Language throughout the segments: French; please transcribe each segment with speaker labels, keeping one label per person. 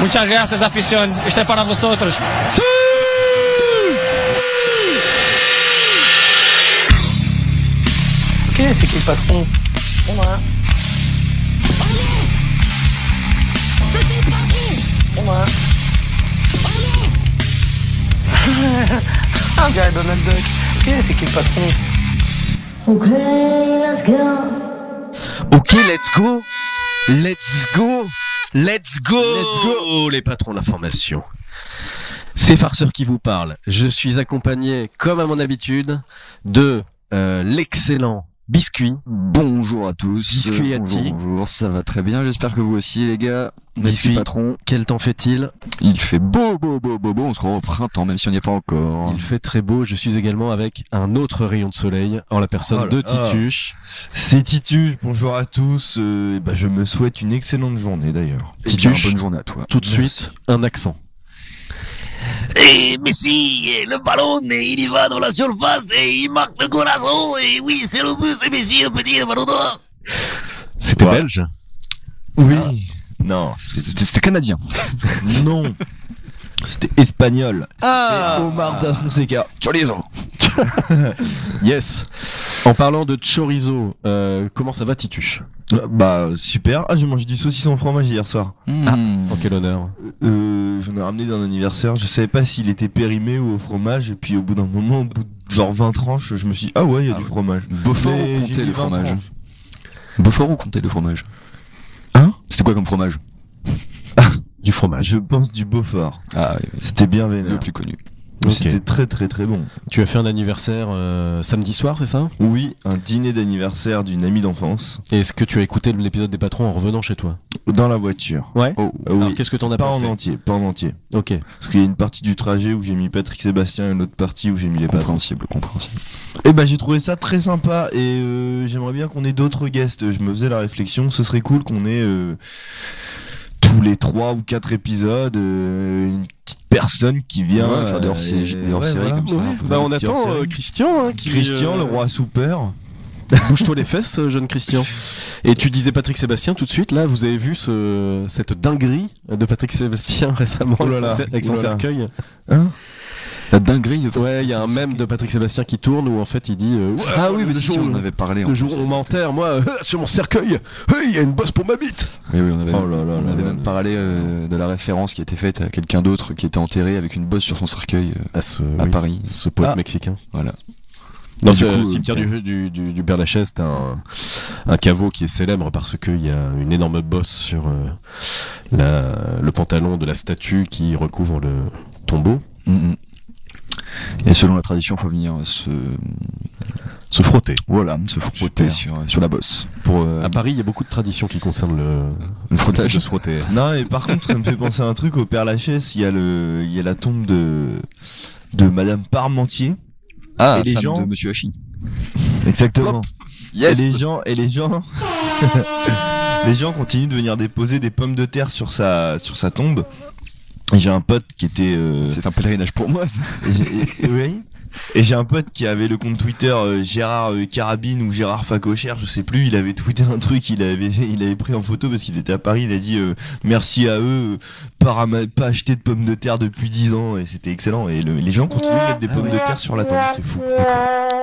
Speaker 1: Muchas gracias, afición. Este es para vosotros. ¡Sí!
Speaker 2: ¿Qué es ese patron
Speaker 3: C'est moi. C'est moi.
Speaker 2: Ah, on dirait Donald Duck. ¿Qué es ese patron
Speaker 3: Ok, let's go.
Speaker 4: Ok, let's go. Let's go. Let's go. Let's go. Les patrons de la formation. C'est Farceur qui vous parle. Je suis accompagné, comme à mon habitude, de euh, l'excellent Biscuit.
Speaker 5: Bonjour à tous.
Speaker 4: Biscuit
Speaker 5: Euh,
Speaker 4: Yati.
Speaker 5: bonjour, bonjour, ça va très bien. J'espère que vous aussi, les gars. Merci,
Speaker 4: Biscuit.
Speaker 5: patron.
Speaker 4: Quel temps fait-il
Speaker 5: Il fait beau, beau, beau, beau, beau. On se croit au printemps, même si on n'y est pas encore.
Speaker 6: Oh.
Speaker 4: Il fait très beau. Je suis également avec un autre rayon de soleil en la personne
Speaker 6: Oh là
Speaker 4: de
Speaker 6: là.
Speaker 4: Tituche.
Speaker 6: C'est Titus, bonjour à tous. euh, et bah, je me souhaite une excellente journée d'ailleurs.
Speaker 5: Eh bien,
Speaker 4: Tituche.
Speaker 5: bonne journée à toi.
Speaker 4: Tout de
Speaker 6: Merci.
Speaker 4: suite, un accent.
Speaker 7: Eh, Messi, eh, le ballon, eh, il y va dans la surface et il marque le golazo. Et oui, c'est le but, c'est Messi, le petit ballon d'or.
Speaker 4: C'était
Speaker 5: Ouais.
Speaker 4: belge
Speaker 6: Oui. Non,
Speaker 5: C'était c'était canadien.
Speaker 6: non. C'était espagnol. Ah Omar da Fonseca.
Speaker 5: Chorizo.
Speaker 4: Yes. En parlant de chorizo, euh, comment ça va Tituche
Speaker 6: Euh, Bah super. Ah j'ai mangé du saucisson au fromage hier soir.
Speaker 5: Mm.
Speaker 4: En quel honneur
Speaker 6: Euh, j'en ai ramené d'un anniversaire. Je savais pas s'il était périmé ou au fromage. Et puis au bout d'un moment, au bout de genre 20 tranches, je me suis dit, ah ouais, il y a
Speaker 5: Ah
Speaker 6: du
Speaker 5: ouais.
Speaker 6: fromage.
Speaker 5: Beaufort
Speaker 6: Mais
Speaker 5: ou
Speaker 6: j'ai
Speaker 5: comptait
Speaker 6: mis
Speaker 5: le
Speaker 6: 20
Speaker 5: fromage
Speaker 6: tranches.
Speaker 5: Beaufort ou comptait le fromage
Speaker 6: Hein
Speaker 5: C'était quoi comme fromage
Speaker 4: Du fromage.
Speaker 6: Je pense du Beaufort.
Speaker 5: Ah oui,
Speaker 6: C'était bien
Speaker 5: le
Speaker 6: vénère.
Speaker 5: plus connu.
Speaker 6: Mais
Speaker 4: Ok.
Speaker 6: C'était très très très bon.
Speaker 4: Tu as fait un anniversaire euh, samedi soir, c'est ça
Speaker 6: Oui, un dîner d'anniversaire d'une amie d'enfance
Speaker 4: Et Est-ce que tu as écouté l'épisode des patrons en revenant chez toi
Speaker 6: dans la voiture.
Speaker 4: Ouais.
Speaker 6: Oh, euh,
Speaker 4: Alors
Speaker 6: oui.
Speaker 4: qu'est-ce que t'en as
Speaker 6: Pas en
Speaker 4: pensé
Speaker 6: entier, pas en entier.
Speaker 4: Ok.
Speaker 6: Parce qu'il y a une partie du trajet où j'ai mis Patrick Sébastien et l'autre partie où j'ai mis les patrons.
Speaker 5: Compréhensible, compréhensible.
Speaker 6: Et ben j'ai trouvé ça très sympa et euh, j'aimerais bien qu'on ait d'autres guests. Je me faisais la réflexion, ce serait cool qu'on ait euh, tous les trois ou quatre épisodes euh, une petite personne qui vient
Speaker 5: Ouais, faire des hors-
Speaker 6: euh,
Speaker 5: des hors- séries comme ça, un peu.
Speaker 4: Bah on
Speaker 6: Qui
Speaker 4: attend
Speaker 6: en
Speaker 4: euh,
Speaker 6: série
Speaker 4: Christian. hein, qui,
Speaker 6: Christian
Speaker 4: euh,
Speaker 6: le roi soupeur.
Speaker 4: Bouge-toi les fesses, euh, jeune Christian. Et tu disais Patrick Sébastien tout de suite. Là, vous avez vu ce, cette dinguerie de Patrick Sébastien récemment
Speaker 6: Oh là
Speaker 4: avec son
Speaker 6: là,
Speaker 4: cer- avec son
Speaker 6: oh là là.
Speaker 4: cercueil.
Speaker 6: Hein
Speaker 5: La dinguerie. de-
Speaker 4: Ouais, il y a un mème de Patrick Sébastien qui tourne où en fait il dit. euh, Ouais,
Speaker 5: Ah oui,
Speaker 4: le
Speaker 5: mais si,
Speaker 4: jour
Speaker 5: si,
Speaker 4: où-
Speaker 5: on en avait parlé. en
Speaker 4: le jour où
Speaker 5: plus.
Speaker 4: on m'enterre, moi, euh, sur mon cercueil, euh, il y a une bosse pour ma bite.
Speaker 5: Oui, oui, on avait.
Speaker 6: Oh là là
Speaker 5: On
Speaker 6: là
Speaker 5: avait
Speaker 6: là
Speaker 5: même
Speaker 6: là.
Speaker 5: parlé euh, de la référence qui était faite à quelqu'un d'autre qui était enterré avec une bosse sur son cercueil euh,
Speaker 4: À Ah, ce,
Speaker 5: à Paris.
Speaker 4: ce poète
Speaker 6: Ah.
Speaker 4: mexicain.
Speaker 5: Voilà.
Speaker 4: Dans
Speaker 5: Du
Speaker 4: le
Speaker 5: coup,
Speaker 4: cimetière
Speaker 5: euh,
Speaker 4: du, du, du, du Père Lachaise, t'as un, un caveau qui est célèbre parce qu'il y a une énorme bosse sur euh, la- le pantalon de la statue qui recouvre le tombeau.
Speaker 5: Mm, mm. Et selon la tradition, faut venir euh, se
Speaker 4: Se frotter.
Speaker 5: voilà, se frotter
Speaker 4: Super.
Speaker 5: sur, euh, sur la bosse pour euh,
Speaker 4: À
Speaker 6: Ah,
Speaker 4: Paris, il y a beaucoup de traditions qui concernent le,
Speaker 5: le
Speaker 4: le fait
Speaker 5: frottage.
Speaker 4: de se frotter.
Speaker 6: Non, et par contre, ça me fait penser à un truc. Au Père Lachaise, il y a le, il y a la tombe de de Madame Parmentier.
Speaker 5: Ah,
Speaker 6: Et les
Speaker 5: femme
Speaker 6: gens-
Speaker 5: de Monsieur Hachi.
Speaker 6: Exactement.
Speaker 5: Yes.
Speaker 6: Et les gens, et les gens, les gens continuent de venir déposer des pommes de terre sur sa sur sa tombe. Et J'ai un pote qui était, euh,
Speaker 5: C'est un pèlerinage pour moi. ça.
Speaker 6: et j'ai- et- oui. Et j'ai un pote qui avait le compte Twitter euh, Gérard euh, Carabine ou Gérard Facochère, je sais plus. Il avait tweeté un truc, il avait, il avait pris en photo parce qu'il était à Paris. Il a dit euh, merci à eux, euh, pas, rama- pas acheté de pommes de terre depuis 10 ans. Et c'était excellent. Et le- les gens continuent de mettre des pommes de terre sur la tombe, c'est fou.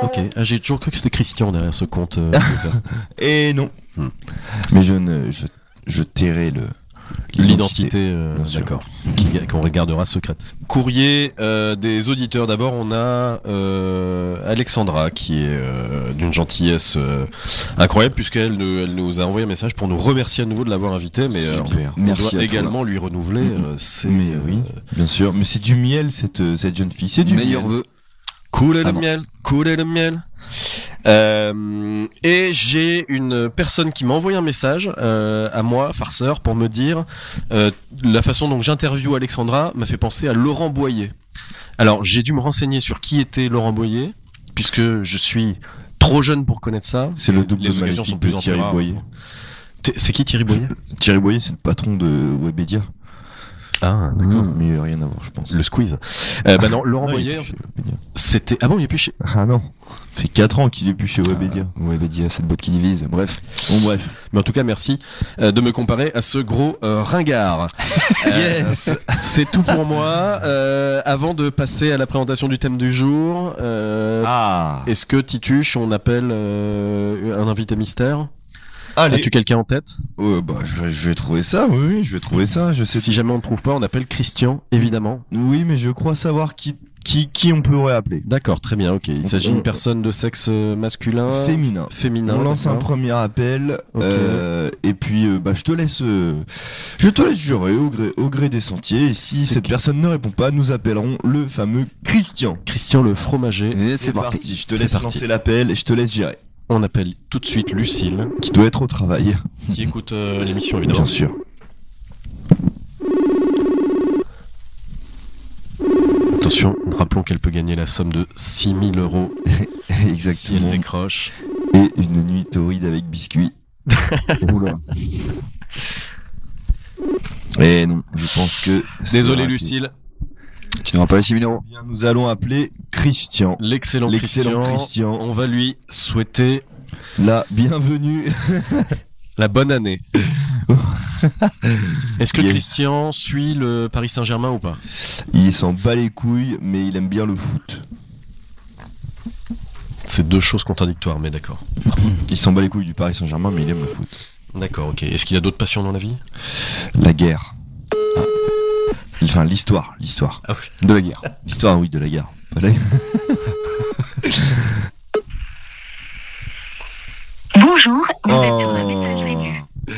Speaker 4: Ok, ah, j'ai toujours cru que c'était Christian derrière ce compte. euh, Twitter.
Speaker 6: Et non.
Speaker 4: Hmm.
Speaker 6: Mais je ne, je, je tairai le
Speaker 4: L'identité, euh,
Speaker 6: bien sûr.
Speaker 4: d'accord, qui- qu'on regardera secrète. Courrier euh, des auditeurs. D'abord, on a euh, Alexandra qui est euh, d'une gentillesse euh, incroyable puisqu'elle nous, elle nous a envoyé un message pour nous remercier à nouveau de l'avoir invitée, mais euh,
Speaker 6: Super.
Speaker 4: on
Speaker 5: Merci à
Speaker 4: doit
Speaker 5: toi.
Speaker 4: également lui renouveler.
Speaker 5: Mhm.
Speaker 4: euh, ses,
Speaker 6: Mais oui.
Speaker 4: euh,
Speaker 6: Bien sûr, mais c'est du miel cette, euh, cette jeune fille, c'est du
Speaker 5: Meilleur
Speaker 6: miel.
Speaker 5: vœu.
Speaker 4: Couler
Speaker 5: Ah
Speaker 4: le
Speaker 5: non.
Speaker 4: miel, couler le miel. Euh, et j'ai une personne qui m'a envoyé un message euh, à moi, farceur, pour me dire euh, la façon dont j'interviewe Alexandra m'a fait penser à Laurent Boyer. Alors j'ai dû me renseigner sur qui était Laurent Boyer, puisque je suis trop jeune pour connaître ça.
Speaker 6: C'est le double
Speaker 4: Les occasions
Speaker 6: maléfique
Speaker 4: sont
Speaker 6: de
Speaker 4: plus en plus
Speaker 6: Thierry
Speaker 4: rares.
Speaker 6: Boyer.
Speaker 4: T- C'est qui Thierry Boyer
Speaker 6: Thierry Boyer, c'est le patron de Webedia.
Speaker 4: Ah,
Speaker 5: Mmh.
Speaker 6: Mais euh, rien à voir, je pense.
Speaker 4: Mm. le squeeze. Euh, bah non, Laurent
Speaker 6: Non, Ah il est
Speaker 4: Boyer,
Speaker 6: plus chez Webedia.
Speaker 4: c'était. Ah bon, il est plus chez.
Speaker 6: Ah non, fait 4 ans qu'il est plus
Speaker 4: Ah.
Speaker 6: chez Webedia.
Speaker 5: Ouais, Bédia, cette boîte qui divise. Bref.
Speaker 6: Bon, bref.
Speaker 4: Mais en tout cas, merci euh, de me comparer à ce gros euh, ringard. Euh, c'est- C'est tout pour moi. Euh, avant de passer à la présentation du thème du jour, euh,
Speaker 6: Ah,
Speaker 4: est-ce que Tituche, on appelle euh, un invité mystère
Speaker 6: allez.
Speaker 4: As-tu quelqu'un en tête
Speaker 6: Euh, Ah, bah, je, vais- je vais trouver ça, oui, oui, je vais trouver ça. Je sais.
Speaker 4: Si jamais on ne trouve pas, on appelle Christian, évidemment.
Speaker 6: Oui, mais je crois savoir qui, qui, qui on pourrait appeler.
Speaker 4: D'accord, très bien, ok. Il s'agit d'une personne de sexe euh, masculin.
Speaker 6: Féminin.
Speaker 4: Féminin.
Speaker 6: on lance un
Speaker 4: d'accord.
Speaker 6: premier appel
Speaker 4: Ok.
Speaker 6: euh, et puis euh, bah, je te laisse euh, je te laisse jurer au gré, au gré des sentiers et si
Speaker 4: C'est
Speaker 6: cette
Speaker 4: qui
Speaker 6: personne ne répond pas nous appellerons le fameux Christian
Speaker 4: Christian le fromager.
Speaker 5: Et c'est parti.
Speaker 6: je te
Speaker 4: C'est
Speaker 6: laisse
Speaker 4: parti.
Speaker 6: lancer l'appel et je te laisse gérer
Speaker 4: On appelle tout de suite Lucille,
Speaker 6: qui doit être au travail
Speaker 4: qui écoute euh, l'émission, évidemment.
Speaker 6: bien sûr
Speaker 4: Attention, rappelons qu'elle peut gagner la somme de 6000 euros si elle
Speaker 6: exactement
Speaker 4: décroche.
Speaker 6: et une nuit torride avec biscuits
Speaker 5: Oula.
Speaker 6: et Eh non je pense que c'est
Speaker 4: Désolé
Speaker 6: rapide.
Speaker 4: Lucille, Eh
Speaker 5: Tu n'auras pas les 6000 euros.
Speaker 6: Bien, nous allons appeler Christian
Speaker 4: l'excellent
Speaker 6: l'excellent
Speaker 4: Christian.
Speaker 6: Christian
Speaker 4: On va lui souhaiter
Speaker 6: la bienvenue
Speaker 4: la bonne année. Est-ce que
Speaker 6: Yes.
Speaker 4: Christian suit le Paris Saint-Germain ou pas
Speaker 6: il s'en bat les couilles mais il aime bien le foot
Speaker 4: C'est deux choses contradictoires, mais d'accord.
Speaker 6: il s'en bat les couilles du Paris Saint-Germain mais il aime le foot
Speaker 4: D'accord, ok. Est-ce qu'il a d'autres passions dans la vie
Speaker 6: La guerre. Ah. Enfin, l'histoire, l'histoire.
Speaker 4: Ah
Speaker 6: De la guerre. L'histoire, oui, de la guerre. Pas la-
Speaker 8: Bonjour, vous êtes sur la messagerie
Speaker 6: Oh.
Speaker 8: du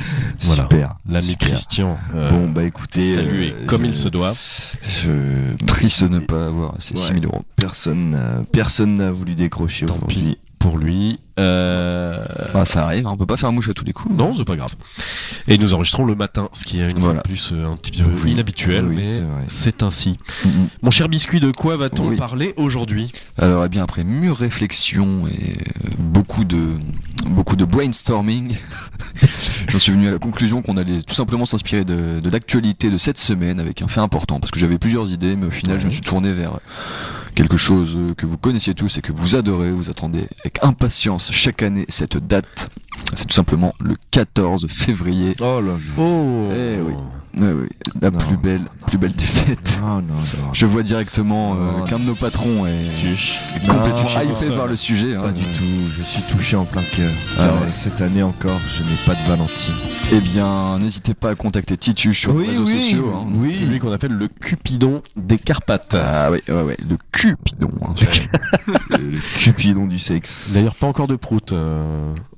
Speaker 4: Voilà.
Speaker 6: Super.
Speaker 4: L'ami
Speaker 6: super.
Speaker 4: Christian, euh,
Speaker 6: Bon, bah écoutez.
Speaker 4: salué
Speaker 6: euh,
Speaker 4: comme
Speaker 6: je-
Speaker 4: il se doit.
Speaker 6: je-
Speaker 5: Triste de ne pas avoir ces
Speaker 6: Ouais.
Speaker 5: 6000 euros.
Speaker 6: Personne n'a personne n'a voulu décrocher
Speaker 4: Tant
Speaker 6: aujourd'hui.
Speaker 4: pis pour lui. Euh,
Speaker 5: Bah, ça arrive, hein, on peut pas faire mouche à tous les coups.
Speaker 4: Non, c'est pas grave. Et nous enregistrons le matin, ce qui est une fois
Speaker 5: Voilà.
Speaker 4: de plus euh, un petit peu
Speaker 6: Oui.
Speaker 4: inhabituel,
Speaker 6: Oui,
Speaker 4: mais
Speaker 6: c'est vrai.
Speaker 4: c'est ainsi.
Speaker 5: Mhm.
Speaker 4: Mon cher biscuit, de quoi va-t-on
Speaker 5: Oui.
Speaker 4: parler aujourd'hui
Speaker 5: Alors, eh bien, après mûre réflexion et euh, beaucoup de, beaucoup de brainstorming, j'en suis venu à la conclusion qu'on allait tout simplement s'inspirer de, de l'actualité de cette semaine avec un fait important, parce que j'avais plusieurs idées, mais au final, je me suis tourné vers quelque chose que vous connaissiez tous et que vous adorez, vous attendez avec impatience chaque année cette date. C'est tout simplement le 14 février.
Speaker 6: Oh là là.
Speaker 4: Oh
Speaker 5: Eh oui. Ouais, ouais, la
Speaker 6: Non.
Speaker 5: plus belle, plus belle des fêtes.
Speaker 6: Non, non, non.
Speaker 5: Je vois directement euh,
Speaker 6: Non.
Speaker 5: qu'un de nos patrons est, est
Speaker 6: Non,
Speaker 5: complètement
Speaker 6: je suis
Speaker 5: hypé
Speaker 4: seul.
Speaker 5: par le sujet.
Speaker 6: Pas
Speaker 5: hein.
Speaker 6: du tout, je suis touché en plein cœur.
Speaker 5: Ah
Speaker 6: Car
Speaker 5: ouais.
Speaker 6: cette année encore, je n'ai pas de Valentine.
Speaker 5: Eh bien, n'hésitez pas à contacter Titus sur
Speaker 6: Oui,
Speaker 5: les réseaux
Speaker 6: oui,
Speaker 5: sociaux. hein.
Speaker 6: oui.
Speaker 4: Celui qu'on appelle le Cupidon des Carpates.
Speaker 5: Ah oui, ouais, ouais, le Cupidon. hein.
Speaker 6: Euh, le Cupidon du sexe.
Speaker 4: D'ailleurs, pas encore de prout euh,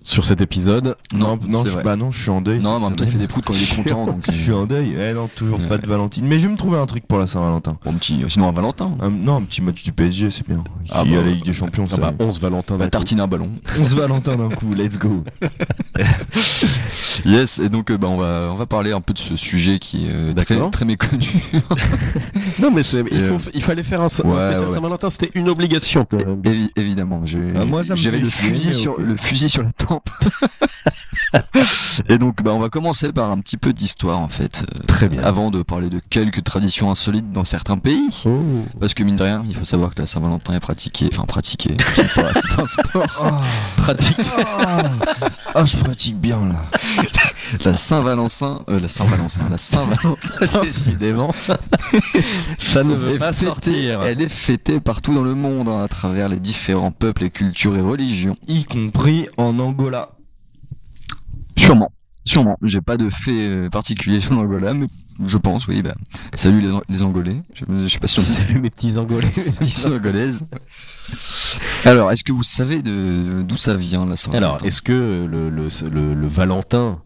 Speaker 4: sur cet épisode.
Speaker 5: non,
Speaker 6: non,
Speaker 5: c'est
Speaker 6: je,
Speaker 5: vrai.
Speaker 6: bah non, je suis en
Speaker 5: non,
Speaker 6: deuil. cette
Speaker 5: mais en même temps, il
Speaker 6: semaine.
Speaker 5: fait des proutes quand il est content. Donc, euh,
Speaker 6: Je suis en deuil. Eh non, toujours pas de Valentine. Mais je vais me trouver un truc pour la Saint-Valentin.
Speaker 5: Bon, petit, euh, sinon un Valentin.
Speaker 6: Un- non, un petit match du PSG, c'est bien. Qui
Speaker 5: Ah
Speaker 6: a
Speaker 5: bah,
Speaker 6: la Ligue des Champions,
Speaker 4: Ah
Speaker 6: ça.
Speaker 4: bah, 11 Valentin.
Speaker 5: Va
Speaker 4: d'un coup.
Speaker 5: tartiner un ballon.
Speaker 6: 11 Valentin d'un coup, let's go.
Speaker 5: Yes, et donc euh, bah, on, va, on va parler un peu de ce sujet qui est euh, très,
Speaker 4: D'accord.
Speaker 5: très méconnu.
Speaker 4: Non, mais c'est- il,
Speaker 5: Euh,
Speaker 4: faut- il fallait faire un, sa- un
Speaker 5: ouais,
Speaker 4: spécial
Speaker 5: ouais.
Speaker 4: Saint-Valentin, c'était une obligation.
Speaker 5: Évi- évidemment, j'ai-
Speaker 6: Ah, moi, ça me
Speaker 5: j'avais
Speaker 6: fait
Speaker 5: le
Speaker 6: chier,
Speaker 5: fusil
Speaker 6: mais
Speaker 5: sur
Speaker 6: ok.
Speaker 5: le fusil sur la tempe. Et donc, bah, on va commencer par un petit peu d'histoire en fait, euh,
Speaker 4: Très
Speaker 5: avant de parler de quelques traditions insolites dans certains pays.
Speaker 4: Oh.
Speaker 5: Parce que mine de rien, il faut savoir que la Saint-Valentin est pratiquée, enfin pratiquée, je sais pas, c'est pas un sport.
Speaker 6: Ah,
Speaker 5: Pratique
Speaker 6: ah, ah, je pratique bien là.
Speaker 5: la Saint-Valentin, euh, la Saint-Valentin, la Saint-Valentin. Décidément,
Speaker 4: Ça ne veut
Speaker 5: est
Speaker 4: pas
Speaker 5: fêtée-
Speaker 4: sortir.
Speaker 5: Elle est fêtée partout dans le monde, hein, à travers les différents peuples et cultures et religions.
Speaker 6: Y compris en Angola.
Speaker 5: Sûrement, sûrement. J'ai pas de fait euh, particulier sur l'Angola, mais je pense, oui. Bah, salut les, les Angolais. Je, je sais pas si on dit
Speaker 4: mes petits angolais.
Speaker 5: ça. Angolaise. Alors, est-ce que vous savez de- d'où ça vient la Saint-Valentin
Speaker 4: Alors, est-ce que le, le, le- le Valentin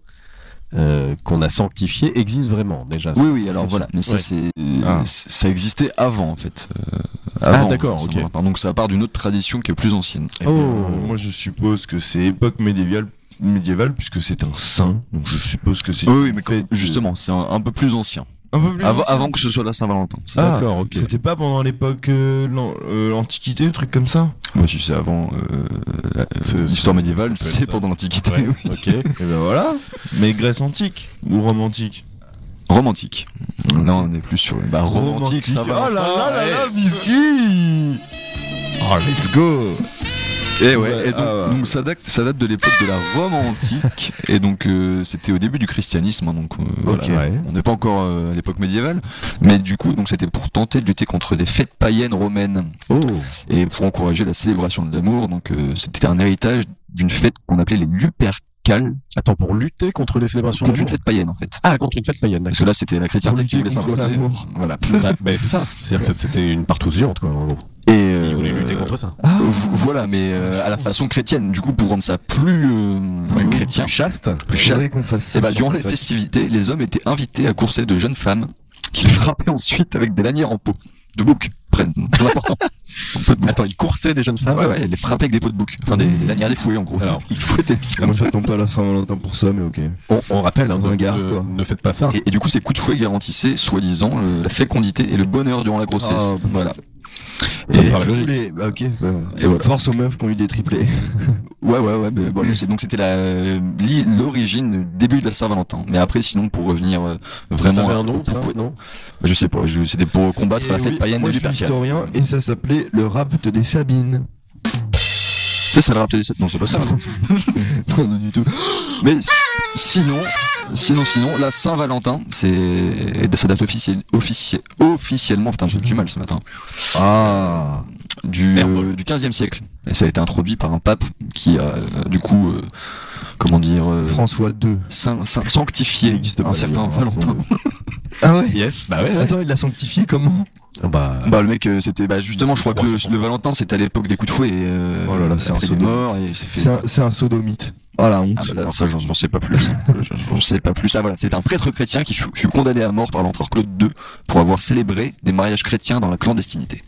Speaker 4: euh, qu'on a sanctifié existe vraiment déjà ça
Speaker 5: Oui, oui, alors
Speaker 4: Bien
Speaker 5: voilà, mais ça,
Speaker 4: Ouais.
Speaker 5: c'est,
Speaker 6: Ah.
Speaker 5: c'est- ça existait avant en fait. euh,
Speaker 4: Ah,
Speaker 5: avant
Speaker 4: d'accord,
Speaker 5: la
Speaker 4: ok.
Speaker 5: Saint-Valentin. Donc ça part d'une autre tradition qui est plus ancienne.
Speaker 6: Eh bien,
Speaker 4: Oh.
Speaker 6: moi, je suppose que c'est époque médiévale, médiévale puisque c'est un saint.
Speaker 4: euh,
Speaker 6: Donc je suppose que c'est.
Speaker 5: Oui, oui, mais
Speaker 6: fête,
Speaker 5: comme- justement, c'est un, un peu plus ancien.
Speaker 6: euh, Un peu plus.
Speaker 5: Avant, avant que ce soit la Saint-Valentin.
Speaker 6: Ah,
Speaker 4: D'accord, ok.
Speaker 6: C'était pas pendant l'époque euh, l'an- euh, l'Antiquité, le truc comme ça
Speaker 5: Moi, si c'est avant euh, la-
Speaker 4: C'est-
Speaker 5: l'histoire
Speaker 4: c'est-
Speaker 5: médiévale,
Speaker 4: ça peut
Speaker 5: c'est
Speaker 4: être-
Speaker 5: pendant l'Antiquité.
Speaker 4: Ouais,
Speaker 6: Eh
Speaker 4: ok.
Speaker 5: oui.
Speaker 6: Et ben voilà. Mais Grèce antique ou Rome antique
Speaker 5: Romantique. Là, on est plus sur bah, romantique, ça va.
Speaker 6: Oh là là là là, biscuit Oh, let's go
Speaker 5: Et Eh ouais, et
Speaker 6: Ouais,
Speaker 5: donc,
Speaker 6: ah ouais.
Speaker 5: donc ça, date, ça date de l'époque de la Rome antique, et donc euh, c'était au début du christianisme, hein, donc euh, voilà,
Speaker 6: Ok. Ouais.
Speaker 5: on n'est pas encore euh, à l'époque médiévale, mais du coup, donc c'était pour tenter de lutter contre les fêtes païennes romaines
Speaker 6: Oh
Speaker 5: et pour encourager la célébration de l'amour. Donc euh, c'était un héritage d'une fête qu'on appelait les Lupercales,
Speaker 4: Attends, pour lutter contre les célébrations
Speaker 5: contre une
Speaker 4: d'amour
Speaker 5: fête païenne en fait.
Speaker 4: Ah, contre une fête païenne,
Speaker 5: Parce
Speaker 4: d'accord.
Speaker 5: que là, c'était la chrétienté qui
Speaker 6: lutter
Speaker 5: voulait
Speaker 6: contre
Speaker 5: s'imposer.
Speaker 6: l'amour.
Speaker 5: Voilà.
Speaker 4: Bah, bah, c'est ça. C'est-à-dire que c'était une partouze géante, quoi, en gros.
Speaker 5: Et
Speaker 4: Ils voulaient
Speaker 5: euh,
Speaker 4: lutter contre ça.
Speaker 5: Euh, vo- Voilà, mais euh, à la façon chrétienne, du coup, pour rendre ça plus euh, chrétien,
Speaker 4: Chaste.
Speaker 5: plus chaste.
Speaker 6: qu'on fasse
Speaker 5: Et bah, durant les festivités, les hommes étaient invités à courser de jeunes femmes qui les frappaient ensuite avec des lanières en peau de bouc. Très très important.
Speaker 4: Attends, ils coursaient des jeunes femmes. Mmh.
Speaker 5: Ouais, ouais, ils les frappaient avec des peaux de bouc. Enfin, des, des lanières défouées, en gros.
Speaker 4: Alors.
Speaker 5: il fouettaient les femmes.
Speaker 6: Moi j'attends pas la Saint-Valentin pour ça, mais ok.
Speaker 4: On, on rappelle, hein,
Speaker 6: Dans un
Speaker 4: ne,
Speaker 6: gare,
Speaker 4: ne-
Speaker 6: quoi.
Speaker 4: ne faites pas ça.
Speaker 5: Et, et du coup, ces coups de fouet garantissaient, soi-disant, le- la fécondité et le bonheur durant la grossesse.
Speaker 6: Ah,
Speaker 5: voilà.
Speaker 4: Ça me
Speaker 5: Et-
Speaker 4: paraît
Speaker 6: Tous
Speaker 4: logique.
Speaker 6: les- bah, ok, bah,
Speaker 5: Et voilà.
Speaker 6: force aux meufs qui ont eu des triplés.
Speaker 5: Ouais, ouais, ouais. Mais bon, c'est- donc c'était la euh, l'i- l'origine, du début de la Saint-Valentin. Mais après, sinon, pour revenir euh,
Speaker 4: Ça
Speaker 5: vraiment,
Speaker 4: avait
Speaker 5: à-
Speaker 4: un nom,
Speaker 5: au
Speaker 4: ça,
Speaker 5: pourquoi-
Speaker 4: non Eh
Speaker 5: Bah, je sais pas. je- C'était pour combattre
Speaker 6: Et
Speaker 5: la fête
Speaker 6: oui,
Speaker 5: païenne
Speaker 6: moi,
Speaker 5: de
Speaker 6: je suis
Speaker 5: l'Upercal.
Speaker 6: historien et ça s'appelait le rapt des Sabines.
Speaker 5: Ça, ça le rappelait. Non, c'est pas ça. non.
Speaker 6: non, non, du tout.
Speaker 5: Mais s- sinon, sinon, sinon, la Saint-Valentin, c'est ça date officielle, officielle, officiellement. Putain, j'ai du mal ce matin.
Speaker 6: Ah
Speaker 5: du, euh, du 15e siècle. Et ça a été introduit par un pape qui a, euh, du coup, euh, comment dire, euh,
Speaker 6: François II.
Speaker 5: saint- saint- sanctifié un certain Valentin.
Speaker 6: Ah ouais
Speaker 4: Yes, bah ouais.
Speaker 6: Attends, il l'a sanctifié comment
Speaker 4: Bah,
Speaker 5: Bah, le mec, euh, c'était, bah, justement, je crois que le, le Valentin, c'était à l'époque des coups de fouet. Et, euh,
Speaker 6: Oh là là, c'est
Speaker 5: après,
Speaker 6: un
Speaker 5: il est
Speaker 6: pseudo.
Speaker 5: mort et il s'est fait.
Speaker 6: C'est un, c'est un sodomite. Ah la honte.
Speaker 5: Ah, bah, alors ça, j'en j'en sais pas plus. J'en- J'en sais pas plus. Ah voilà, c'est un prêtre chrétien qui fut, fut condamné à mort par l'empereur Claude II pour avoir célébré des mariages chrétiens dans la clandestinité.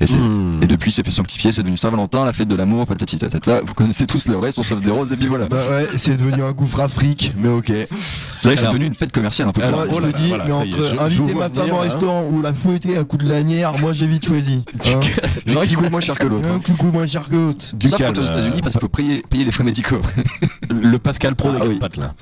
Speaker 5: Et c'est
Speaker 4: hmm.
Speaker 5: Et depuis, c'est fait sanctifier, c'est devenu Saint-Valentin, la fête de l'amour, patati patata. Vous connaissez tous le reste, on sauve des roses, et puis voilà.
Speaker 6: Bah ouais, c'est devenu un gouffre afrique, mais ok.
Speaker 5: C'est vrai que c'est
Speaker 4: Alors-
Speaker 5: devenu une fête commerciale un peu.
Speaker 4: Alors-
Speaker 5: plus
Speaker 6: moi,
Speaker 4: oh
Speaker 6: je
Speaker 4: là
Speaker 6: te
Speaker 4: là,
Speaker 6: dis,
Speaker 4: voilà,
Speaker 6: mais
Speaker 4: ça y est,
Speaker 6: entre
Speaker 4: je- je vois
Speaker 6: inviter ma femme
Speaker 4: venir, hein.
Speaker 6: au
Speaker 4: là,
Speaker 6: restaurant ou la fouetter à coups de lanière, moi j'ai vite choisi. Hein
Speaker 5: Il y en a qui coûtent moins cher que l'autre. hein.
Speaker 4: hein.
Speaker 6: un coup de coup moins cher que l'autre.
Speaker 4: Du
Speaker 5: Sauf quand
Speaker 4: calme, euh,
Speaker 5: t'es aux
Speaker 6: euh,
Speaker 5: États-Unis, parce qu'il faut payer, payer les frais médicaux.
Speaker 4: Le Pascal Pro
Speaker 6: Ah
Speaker 4: des
Speaker 6: oui.
Speaker 4: pattes là.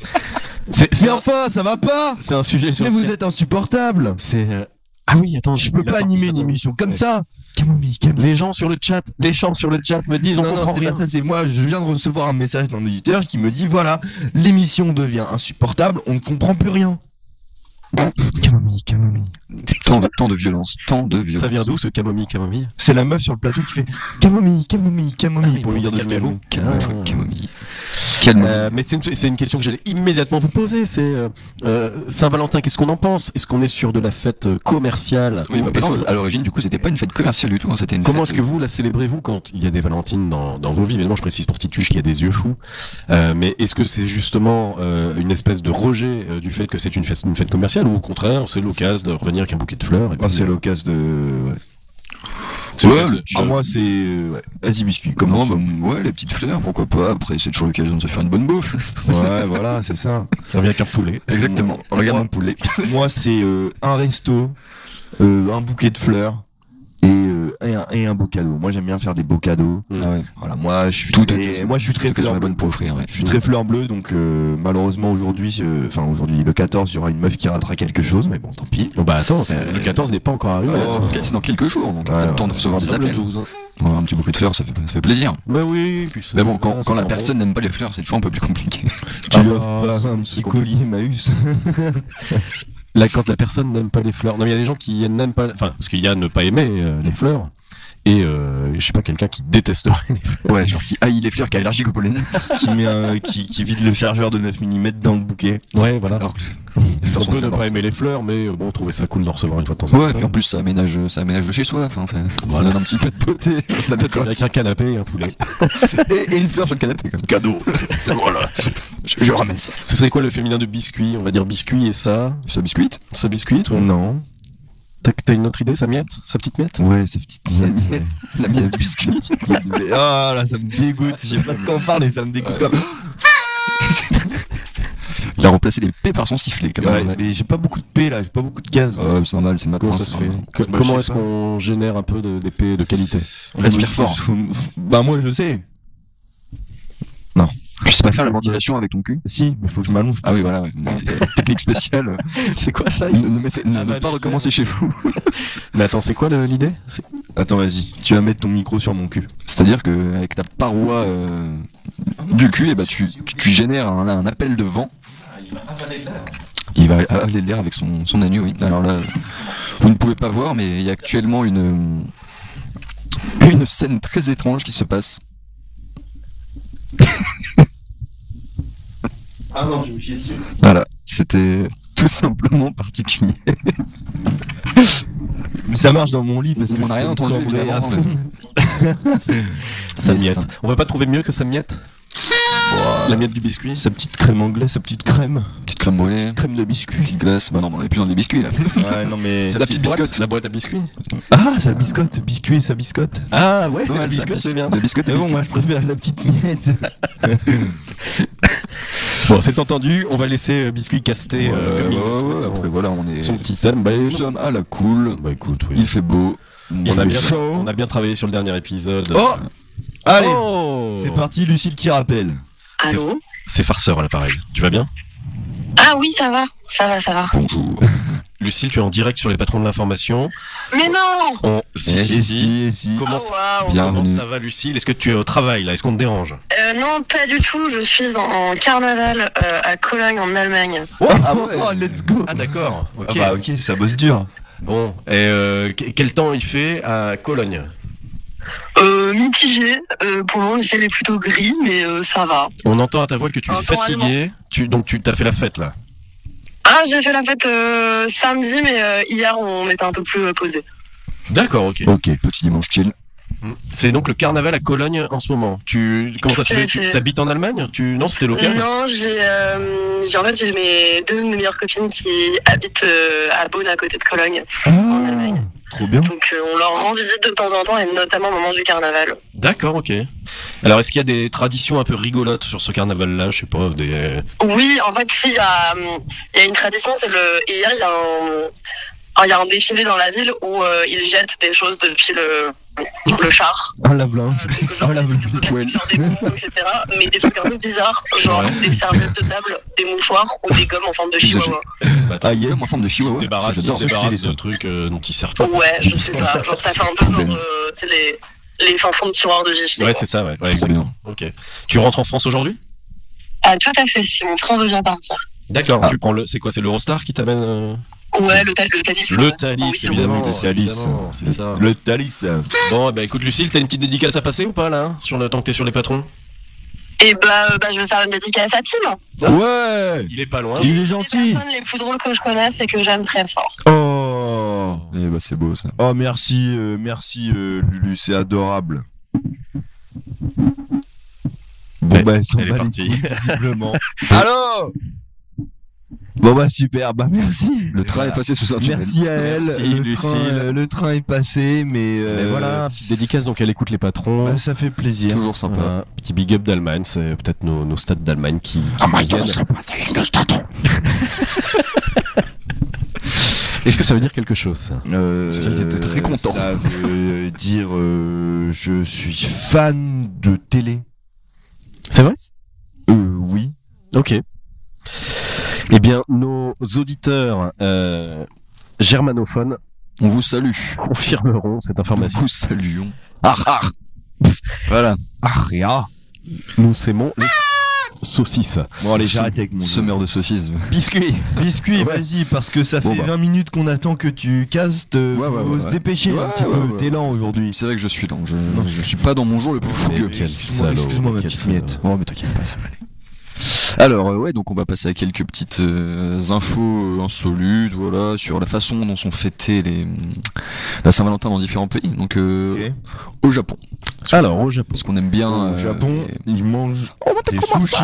Speaker 4: C'est c'est
Speaker 6: Mais
Speaker 4: un,
Speaker 6: enfin, ça va pas
Speaker 4: c'est un sujet sur.
Speaker 6: Mais vous êtes insupportable
Speaker 4: C'est. euh, Ah oui, attends.
Speaker 6: Je peux
Speaker 4: il a
Speaker 6: pas
Speaker 4: sorti
Speaker 6: animer
Speaker 4: ça
Speaker 6: une
Speaker 4: dans-
Speaker 6: émission comme ça Camomille, Camomille
Speaker 4: Les gens sur le chat, les gens sur le chat me disent on
Speaker 6: non, non,
Speaker 4: comprend
Speaker 6: c'est
Speaker 4: rien.
Speaker 6: pas ça, c'est moi, je viens de recevoir un message d'un auditeur qui me dit, voilà, l'émission devient insupportable, on ne comprend plus rien. Camomille, Camomille.
Speaker 5: tant, de, tant de violence, tant de violence.
Speaker 4: Ça vient d'où ce camomille
Speaker 6: Ah
Speaker 4: camomille
Speaker 6: C'est la meuf sur le plateau qui fait Camomille, Camomille, Camomille pour lui dire de se
Speaker 4: Calmez-vous.
Speaker 6: calmer.
Speaker 4: Ah,
Speaker 5: Calme-toi, Camomille. Calme.
Speaker 4: Euh, mais c'est une, c'est une question que j'allais immédiatement vous poser. C'est euh, euh, Saint-Valentin, qu'est-ce qu'on en pense Est-ce qu'on est sur de la fête euh, commerciale
Speaker 5: oui, bah,
Speaker 4: Est-ce
Speaker 5: parce
Speaker 4: que-
Speaker 5: que à l'origine, du coup, c'était pas une fête commerciale du tout. hein, c'était une
Speaker 4: Comment
Speaker 5: fête-
Speaker 4: est-ce que vous la célébrez-vous quand il y a des Valentines dans, dans vos vies Évidemment, je précise pour Tituche qui a des yeux fous. Euh, mais est-ce que c'est justement euh, une espèce de rejet euh, du fait que c'est une fête, une fête commerciale ou au contraire, c'est l'occasion de revenir avec un bouquet de fleurs et puis,
Speaker 6: Ah, c'est
Speaker 4: euh,
Speaker 6: l'occasion de. ouais.
Speaker 4: c'est
Speaker 5: Ouais,
Speaker 4: l'occasion.
Speaker 5: le-
Speaker 6: Ah, moi, c'est. euh, Ouais. Vas-y, biscuit,
Speaker 5: Comment
Speaker 6: comment
Speaker 5: bah, Ouais, les petites fleurs, pourquoi pas. Après, c'est toujours l'occasion de se faire une bonne bouffe.
Speaker 6: Ouais, voilà, c'est ça.
Speaker 4: Je reviens avec un
Speaker 5: euh,
Speaker 4: poulet.
Speaker 5: Exactement. Oh. Regarde mon poulet.
Speaker 6: Moi, c'est euh, un resto, euh, un bouquet de fleurs et, euh, et, un, et un beau cadeau. Moi, j'aime bien faire des beaux cadeaux.
Speaker 5: Ah ouais.
Speaker 6: Voilà, moi, je suis
Speaker 5: Tout
Speaker 6: très,
Speaker 5: occasion.
Speaker 6: moi, je suis très
Speaker 5: L'occasion
Speaker 6: fleur
Speaker 5: est
Speaker 6: bleue.
Speaker 5: bonne pour offrir. ouais.
Speaker 6: Je suis très fleur bleue, donc euh, malheureusement aujourd'hui, euh, enfin aujourd'hui le 14, il y aura une meuf qui ratera quelque chose, mais bon, tant pis.
Speaker 4: Bon bah attends, c'est-
Speaker 6: Euh,
Speaker 4: le 14 n'est pas encore arrivé.
Speaker 5: Ouais,
Speaker 4: là,
Speaker 5: c'est
Speaker 4: ça-
Speaker 5: dans- c'est dans quelques jours, donc
Speaker 6: Ouais,
Speaker 5: pas le temps
Speaker 6: ouais.
Speaker 5: de recevoir des
Speaker 4: ça me le
Speaker 5: appels.
Speaker 4: 12, hein.
Speaker 5: Ouais, un petit bouquet de fleurs, ça fait, ça fait plaisir.
Speaker 4: Bah oui, puis
Speaker 5: Mais bon,
Speaker 4: ça
Speaker 5: quand, quand la
Speaker 4: sent
Speaker 5: personne n'aime pas les fleurs, c'est toujours un peu plus compliqué.
Speaker 6: Tu
Speaker 4: Ah,
Speaker 6: lui offres
Speaker 4: bah,
Speaker 6: pas
Speaker 4: c'est
Speaker 6: un petit
Speaker 4: compliqué.
Speaker 6: collier Emmaüs.
Speaker 4: bon. Là, quand la personne n'aime pas les fleurs. Non, mais il y a des gens qui n'aiment pas. Enfin, parce qu'il y a ne pas aimer euh, les fleurs. Et euh, je sais pas, quelqu'un qui détesterait les fleurs.
Speaker 5: Ouais, genre qui haït les fleurs, qui est allergique au pollen.
Speaker 6: qui, met un- qui, qui vide le chargeur de 9 mm dans le bouquet.
Speaker 4: Ouais, voilà.
Speaker 5: Alors que les fleurs
Speaker 4: On
Speaker 5: sont
Speaker 4: peut ne
Speaker 5: tellement-
Speaker 4: pas aimer les fleurs, mais euh, bon, trouver ça cool d'en recevoir une fois de temps en temps.
Speaker 5: Ouais, et puis en plus ça aménage, ça aménage de chez soi, enfin, ça, ça
Speaker 4: Voilà.
Speaker 5: donne un petit peu de beauté. La
Speaker 4: Peut-être
Speaker 5: décoration.
Speaker 4: avec un canapé et un poulet.
Speaker 5: et, et une fleur sur le canapé. Comme.
Speaker 4: Cadeau.
Speaker 5: C'est voilà. Je, je ramène ça.
Speaker 4: Ce serait quoi le féminin de biscuit On va dire biscuit et ça.
Speaker 5: Ça biscuit.
Speaker 4: Ça biscuit, toi
Speaker 6: Non.
Speaker 4: T'as- T'as une autre idée, sa miette Sa petite miette
Speaker 6: Ouais, ces petites
Speaker 5: miette,
Speaker 6: miette.
Speaker 5: ouais. La mienne de biscuit.
Speaker 6: Mais- Ah là, ça me dégoûte. Je sais pas de quoi on parle et ça me dégoûte. comme-
Speaker 5: Il a remplacé les P par son sifflet. Quand
Speaker 6: Ouais,
Speaker 5: même.
Speaker 6: mais j'ai pas beaucoup de paix là, j'ai pas beaucoup de gaz.
Speaker 5: Euh, c'est normal, c'est le matin.
Speaker 4: Comment ça se
Speaker 5: c'est
Speaker 4: fait
Speaker 5: normal.
Speaker 4: Que-
Speaker 6: Bah,
Speaker 4: Comment
Speaker 6: je
Speaker 4: est-ce
Speaker 6: sais
Speaker 4: qu'on génère un peu de- d'épée de qualité
Speaker 5: Respire fort.
Speaker 6: Bah moi je sais.
Speaker 5: Je sais pas faire la ventilation avec ton cul.
Speaker 6: Si, mais faut que je m'allonge.
Speaker 5: Ah oui, voilà. ouais. Technique spéciale.
Speaker 4: C'est quoi ça
Speaker 5: Ne, ne mettez- ne-
Speaker 6: Ah
Speaker 5: ne
Speaker 6: bah,
Speaker 5: pas
Speaker 6: les-
Speaker 5: recommencer chez vous.
Speaker 4: Mais attends, c'est quoi le- l'idée C'est-
Speaker 6: Attends, vas-y, tu vas mettre ton micro sur mon cul.
Speaker 5: C'est-à-dire que avec ta paroi euh, du cul, et bah, tu, tu, tu génères un, un appel de vent. Il va avaler de l'air avec son, son anus, oui. Alors là, vous ne pouvez pas voir, mais il y a actuellement une, euh, une scène très étrange qui se passe.
Speaker 6: Ah non, je me chier dessus.
Speaker 5: Voilà, c'était tout simplement particulier.
Speaker 6: Mais ça marche dans mon lit parce que
Speaker 5: On
Speaker 6: je
Speaker 5: n'a rien
Speaker 6: peux me
Speaker 5: entendu,
Speaker 6: cambrer à
Speaker 5: évidemment,
Speaker 6: fond.
Speaker 4: Sa
Speaker 5: Mais
Speaker 4: miette.
Speaker 5: ça-
Speaker 4: On peut pas trouver mieux que sa miette La miette du biscuit
Speaker 6: Sa petite crème anglaise, sa petite crème,
Speaker 5: Petite crème brûlée,
Speaker 6: crème de biscuit.
Speaker 5: petite glace. Bah non, on est plus dans des biscuits là.
Speaker 6: Ouais, non mais.
Speaker 5: la petite
Speaker 4: boîte,
Speaker 5: biscotte.
Speaker 4: La boîte à biscuits
Speaker 6: Ah, sa biscotte, biscuit, sa biscotte.
Speaker 4: Ah ouais,
Speaker 5: pas
Speaker 4: la
Speaker 5: mal, ça,
Speaker 4: biscotte, c'est bien.
Speaker 5: Des biscuits et
Speaker 6: Mais bon,
Speaker 5: biscuits.
Speaker 6: moi je préfère la petite miette.
Speaker 4: Bon, c'est entendu, on va laisser euh, Biscuit caster
Speaker 5: Ouais,
Speaker 4: euh, comme il
Speaker 5: ouais,
Speaker 4: le
Speaker 5: ouais,
Speaker 4: souhaite, son-
Speaker 5: Après voilà, on est.
Speaker 4: son petit thème. Bah,
Speaker 5: Nous sommes à la cool.
Speaker 4: bah écoute, oui.
Speaker 5: Il fait beau.
Speaker 4: On a,
Speaker 5: fait
Speaker 4: bien,
Speaker 5: chaud.
Speaker 4: on a bien travaillé sur le dernier épisode.
Speaker 6: Oh Allez,
Speaker 4: Oh
Speaker 6: c'est parti, Lucille qui rappelle.
Speaker 8: Allô
Speaker 4: C'est farceur à l'appareil. Tu vas bien
Speaker 8: Ah oui, ça va, ça va, ça va.
Speaker 5: Bonjour.
Speaker 4: Lucille, tu es en direct sur les patrons de l'information.
Speaker 8: Mais non
Speaker 4: On... Si,
Speaker 5: Eh,
Speaker 4: si,
Speaker 5: si,
Speaker 4: si. Ah
Speaker 6: Et si.
Speaker 4: Comment,
Speaker 8: Oh, waouh.
Speaker 5: Bien.
Speaker 4: comment
Speaker 5: Bienvenue.
Speaker 4: ça va, Lucille Est-ce que tu es au travail là Est-ce qu'on te dérange
Speaker 8: Euh, non, pas du tout, je suis en, en carnaval euh, à Cologne en Allemagne.
Speaker 6: Oh, let's go
Speaker 4: Ah d'accord, ok.
Speaker 6: Ah bah ok, ça bosse dur.
Speaker 4: Bon, et euh, que- quel temps il fait à Cologne
Speaker 8: Euh, mitigé, euh, pour le moment le ciel est plutôt gris, mais euh, ça va.
Speaker 4: On entend à ta voix que tu es
Speaker 8: Un temps
Speaker 4: fatigué, tu, donc tu t'as fait la fête là.
Speaker 8: Ah, j'ai fait la fête euh, samedi, mais euh, hier on était un peu plus euh, posé.
Speaker 4: D'accord, ok.
Speaker 5: Ok, petit dimanche chill.
Speaker 4: C'est donc le carnaval à Cologne en ce moment. Tu comment ça se fait Tu
Speaker 8: C'est-
Speaker 4: t'habites en Allemagne Tu non, c'était local. ça
Speaker 8: Non, j'ai euh, j'ai- en fait j'ai mes deux de mes meilleures copines qui habitent euh, à Beaune à côté de Cologne.
Speaker 6: Ah, trop bien.
Speaker 8: Donc euh, on leur rend visite de temps en temps et notamment au moment du carnaval.
Speaker 4: D'accord, ok. Alors est-ce qu'il y a des traditions un peu rigolotes sur ce carnaval là Je sais pas. Des...
Speaker 8: Oui, en fait si, il y, a, hum, il y a une tradition, c'est le hier il y a un ah, il y a un défilé dans la ville où euh, ils jettent des choses depuis le, le char.
Speaker 6: Un lave-linge.
Speaker 8: Genre
Speaker 4: Ah,
Speaker 6: Un lave-linge.
Speaker 8: des
Speaker 5: poêle.
Speaker 8: genre des bonbons, etc. Mais des trucs un peu bizarres, genre
Speaker 4: Ouais.
Speaker 8: des serviettes de table, des mouchoirs ou des gommes en forme de
Speaker 5: Ils achètent-
Speaker 8: chihuahua.
Speaker 6: Ah, yes.
Speaker 5: Comme en forme de
Speaker 4: Ils se
Speaker 5: chihuahua. Ça,
Speaker 4: débarrassent, ils
Speaker 5: J'adore.
Speaker 4: se
Speaker 6: ce
Speaker 4: débarrassent
Speaker 6: filet,
Speaker 4: de
Speaker 6: ça.
Speaker 4: trucs euh, dont ils servent pas.
Speaker 8: Ouais, je sais pas. Genre, ça fait un peu genre euh, tu sais, les, les chansons de tiroir de Gigi.
Speaker 4: Ouais, c'est ça. Ouais, ouais,
Speaker 5: Trop
Speaker 4: exactement.
Speaker 5: bien.
Speaker 4: Ok. Tu rentres en France aujourd'hui
Speaker 8: ah, tout à fait, si mon train veut bien partir.
Speaker 4: D'accord.
Speaker 5: Ah.
Speaker 4: Tu prends le. C'est quoi C'est l'Eurostar qui t'amène euh,
Speaker 8: Ouais, le, ta- le Thalys.
Speaker 4: Le
Speaker 8: ouais.
Speaker 4: Thalys,
Speaker 8: Oui, c'est
Speaker 4: évidemment.
Speaker 6: bon. Le Thalys.
Speaker 4: évidemment, C'est ça.
Speaker 6: Le Thalys.
Speaker 4: Bon, bah écoute, Lucille, t'as une petite dédicace à passer ou pas là hein, Sur le temps que t'es sur les patrons
Speaker 8: Et bah, euh, bah, je vais faire une dédicace à Tim.
Speaker 6: Ouais
Speaker 4: Il est pas loin.
Speaker 6: Il est
Speaker 8: Les
Speaker 6: gentil
Speaker 8: personnes les plus drôles que je connaisse et que j'aime très fort.
Speaker 6: Oh
Speaker 5: Eh bah c'est beau ça.
Speaker 6: Oh merci, euh, merci euh, Lulu, c'est adorable. Bon
Speaker 4: Ouais,
Speaker 6: bah ils sont
Speaker 4: elle est partie.
Speaker 6: visiblement. Allô Bon bah super, bah merci.
Speaker 5: Le train est passé sous un tunnel.
Speaker 6: Merci à elle,
Speaker 4: Merci,
Speaker 6: le, train,
Speaker 4: Lucille.
Speaker 6: euh, le train est passé, mais, euh,
Speaker 4: petite dédicace, donc elle écoute les patrons.
Speaker 6: bah, ça fait plaisir.
Speaker 5: Toujours sympa.
Speaker 4: Voilà, petit big up d'Allemagne, c'est peut-être nos, nos stats d'Allemagne qui. qui gagnent. Est-ce que ça veut dire quelque chose ça
Speaker 6: Euh,
Speaker 5: Parce qu'ils étaient très contents.
Speaker 6: Ça veut dire euh, je suis fan de télé.
Speaker 4: C'est vrai
Speaker 6: Euh, oui.
Speaker 4: Ok. Eh bien, nos auditeurs euh, germanophones
Speaker 5: On vous salue.
Speaker 4: confirmeront cette
Speaker 5: On
Speaker 4: information.
Speaker 5: vous saluons. Ah ah Voilà.
Speaker 6: Ah, rien.
Speaker 4: Nous s'aimons les saucisses.
Speaker 6: Bon allez,
Speaker 5: Ce-
Speaker 6: j'arrête avec mon
Speaker 5: Semeur de saucisses.
Speaker 4: Biscuit
Speaker 6: Biscuit,
Speaker 4: Ouais.
Speaker 6: vas-y, parce que ça fait
Speaker 5: Bon, bah.
Speaker 6: 20 minutes qu'on attend que tu castes. euh,
Speaker 5: Ouais, ouais,
Speaker 6: faut
Speaker 5: ouais,
Speaker 6: se
Speaker 5: ouais.
Speaker 6: dépêcher un
Speaker 5: Ouais,
Speaker 6: petit
Speaker 5: ouais,
Speaker 6: peu.
Speaker 5: ouais.
Speaker 6: T'es lent aujourd'hui.
Speaker 5: C'est vrai que je suis lent. Je, je suis pas dans mon jour le plus fougueux.
Speaker 4: Quel
Speaker 6: Excuse-moi,
Speaker 4: salaud,
Speaker 6: excuse-moi, ma
Speaker 4: quel
Speaker 6: petite
Speaker 4: salaud.
Speaker 6: miette.
Speaker 5: Oh mais t'inquiète pas, ça va aller. Alors euh, ouais, donc on va passer à quelques petites euh, infos euh, insolutes, voilà, sur la façon dont sont fêtés les hum, la Saint-Valentin dans différents pays. Donc euh,
Speaker 6: Ok.
Speaker 5: au Japon,
Speaker 4: Alors, au Japon.
Speaker 5: parce qu'on aime bien.
Speaker 6: Au
Speaker 5: euh,
Speaker 6: Japon,
Speaker 5: les-
Speaker 6: ils mangent des sushis.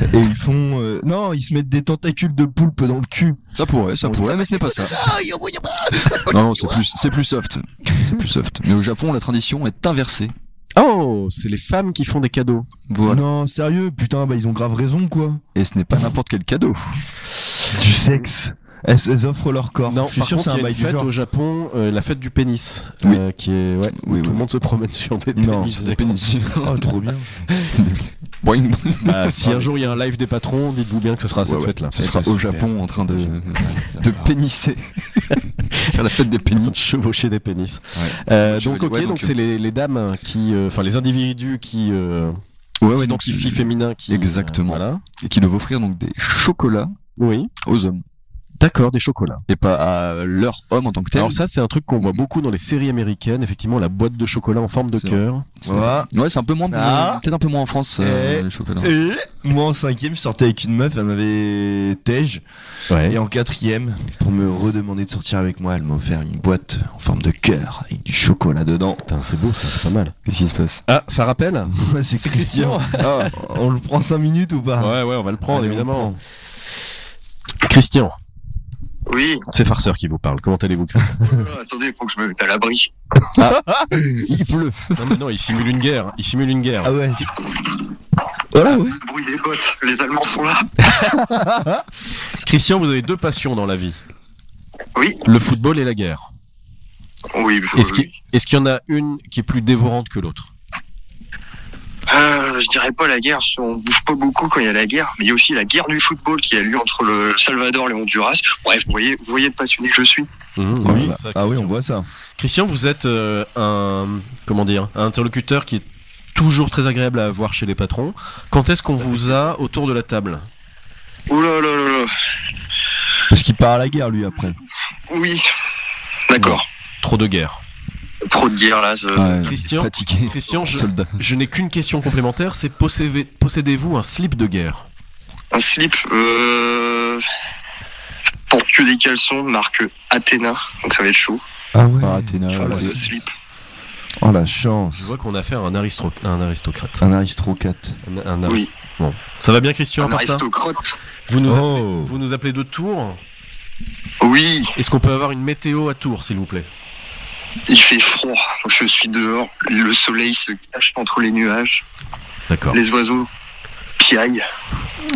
Speaker 6: Et ils font. euh, Non, ils se mettent des tentacules de poulpe dans le cul.
Speaker 5: Ça pourrait, ça pourrait, mais ce n'est pas ça. Non, non, c'est plus, c'est plus soft. C'est plus soft. Mais au Japon, la tradition est inversée.
Speaker 4: Oh, c'est les femmes qui font des cadeaux.
Speaker 5: Voilà.
Speaker 6: Non, sérieux, putain, bah ils ont grave raison quoi.
Speaker 5: Et ce n'est pas n'importe quel cadeau.
Speaker 6: Du sexe. Elles, elles offrent leur corps.
Speaker 4: Non,
Speaker 6: je suis
Speaker 4: par
Speaker 6: sûr que
Speaker 4: contre,
Speaker 6: c'est
Speaker 4: il y
Speaker 6: un
Speaker 4: a une
Speaker 6: bail du
Speaker 4: fête
Speaker 6: genre.
Speaker 4: au Japon, euh, la fête du pénis,
Speaker 5: Oui.
Speaker 4: euh, qui est ouais, où
Speaker 5: Oui,
Speaker 4: tout
Speaker 5: oui.
Speaker 4: le monde se promène sur des
Speaker 6: Non,
Speaker 4: pénis.
Speaker 5: C'est des péninsule.
Speaker 6: Oh, trop bien.
Speaker 5: Boing.
Speaker 4: Ah, si un jour il y a un live des patrons, dites-vous bien que ce sera à cette
Speaker 5: Ouais, ouais.
Speaker 4: fête-là.
Speaker 5: Ce sera au Japon en train de, de pénisser. Faire la fête des
Speaker 4: En train
Speaker 5: pénis.
Speaker 4: de chevaucher des pénis.
Speaker 5: Ouais.
Speaker 4: Euh,
Speaker 5: Chevaucher,
Speaker 4: donc ok,
Speaker 5: ouais,
Speaker 4: donc
Speaker 5: donc,
Speaker 4: c'est les, les dames qui, euh, enfin les individus qui euh,
Speaker 5: Ouais, ouais, donc
Speaker 4: s'identifient
Speaker 5: c'est-
Speaker 4: féminins, qui euh,
Speaker 5: Exactement.
Speaker 4: voilà.
Speaker 5: Et qui doivent offrir donc des chocolats
Speaker 4: Oui.
Speaker 5: aux hommes.
Speaker 4: D'accord, des chocolats.
Speaker 5: Et pas à leur homme en tant que tel.
Speaker 4: Alors ça, c'est un truc qu'on voit beaucoup dans les séries américaines. Effectivement, la boîte de chocolat en forme de
Speaker 5: C'est
Speaker 4: cœur.
Speaker 5: C'est-
Speaker 6: Voilà.
Speaker 5: Ouais, c'est un peu moins.
Speaker 6: Ah.
Speaker 5: Peut-être un peu moins en France, euh,
Speaker 6: Eh.
Speaker 5: le chocolat.
Speaker 6: Et moi en cinquième, je sortais avec une meuf, elle m'avait tège. Et en quatrième, pour me redemander de sortir avec moi, elle m'a offert une boîte en forme de cœur avec du chocolat dedans.
Speaker 4: Putain, c'est beau, ça, c'est pas mal.
Speaker 5: Qu'est-ce qui se passe
Speaker 4: Ah, ça rappelle
Speaker 6: c'est Christian.
Speaker 5: Ah,
Speaker 6: On le prend 5 minutes ou pas
Speaker 4: Ouais, ouais, Ah. on va le prendre,
Speaker 6: Allez, on
Speaker 4: évidemment. Christian,
Speaker 9: Oui,
Speaker 4: c'est Farceur qui vous parle. Comment allez-vous,
Speaker 9: voilà, attendez, il faut que je me mette à l'abri.
Speaker 5: il pleut.
Speaker 4: Non, mais non, il simule une guerre. Il simule une guerre.
Speaker 6: Ah ouais. Voilà, ouais.
Speaker 9: Le bruit des bottes, les Allemands sont là.
Speaker 4: Christian, vous avez deux passions dans la vie.
Speaker 9: Oui.
Speaker 4: Le football et la guerre.
Speaker 9: Oui, je,
Speaker 4: Est-ce qu'il est-ce qu'il y en a une qui est plus dévorante que l'autre
Speaker 9: Euh, je dirais pas la guerre, on bouge pas beaucoup quand il y a la guerre, mais il y a aussi la guerre du football qui a lieu entre le Salvador et le Honduras. Bref, vous voyez, vous voyez le passionné que je suis.
Speaker 6: Oui.
Speaker 4: Voilà, Mmh, ça,
Speaker 6: ah oui,
Speaker 4: Christian.
Speaker 6: on voit ça.
Speaker 4: Christian, vous êtes euh, un comment dire un interlocuteur qui est toujours très agréable à avoir chez les patrons. Quand est-ce qu'on vous a autour de la table
Speaker 9: Ouh là là là là.
Speaker 6: Parce qu'il part à la guerre lui après.
Speaker 9: Oui. D'accord.
Speaker 4: Trop de guerre.
Speaker 9: Trop de guerre là. ce-
Speaker 5: Ouais,
Speaker 4: Christian.
Speaker 5: Fatigué.
Speaker 4: Christian, je,
Speaker 5: Soldat.
Speaker 4: je n'ai qu'une question complémentaire, c'est possédez- possédez-vous un slip de guerre
Speaker 9: Un slip. Euh... Pour tuer des caleçons, marque Athéna, donc ça va être chaud.
Speaker 6: Ah ouais.
Speaker 5: Ah, Athéna.
Speaker 9: Voilà,
Speaker 5: ouais.
Speaker 9: le slip.
Speaker 6: Oh la
Speaker 4: Je
Speaker 6: chance.
Speaker 4: vois qu'on a affaire à un, aristro- à un aristocrate.
Speaker 6: Un aristocrate.
Speaker 4: Un, un
Speaker 9: Oui.
Speaker 4: arist- Bon. Ça va bien Christian, à
Speaker 9: Un
Speaker 4: part ça
Speaker 9: aristocrate.
Speaker 4: vous nous, appelez,
Speaker 6: Oh.
Speaker 4: vous nous appelez de Tours
Speaker 9: Oui,
Speaker 4: Est-ce qu'on peut avoir une météo à Tours, s'il vous plaît
Speaker 9: il fait froid. Je suis dehors. Le soleil se cache entre les nuages.
Speaker 4: D'accord.
Speaker 9: Les oiseaux piaillent.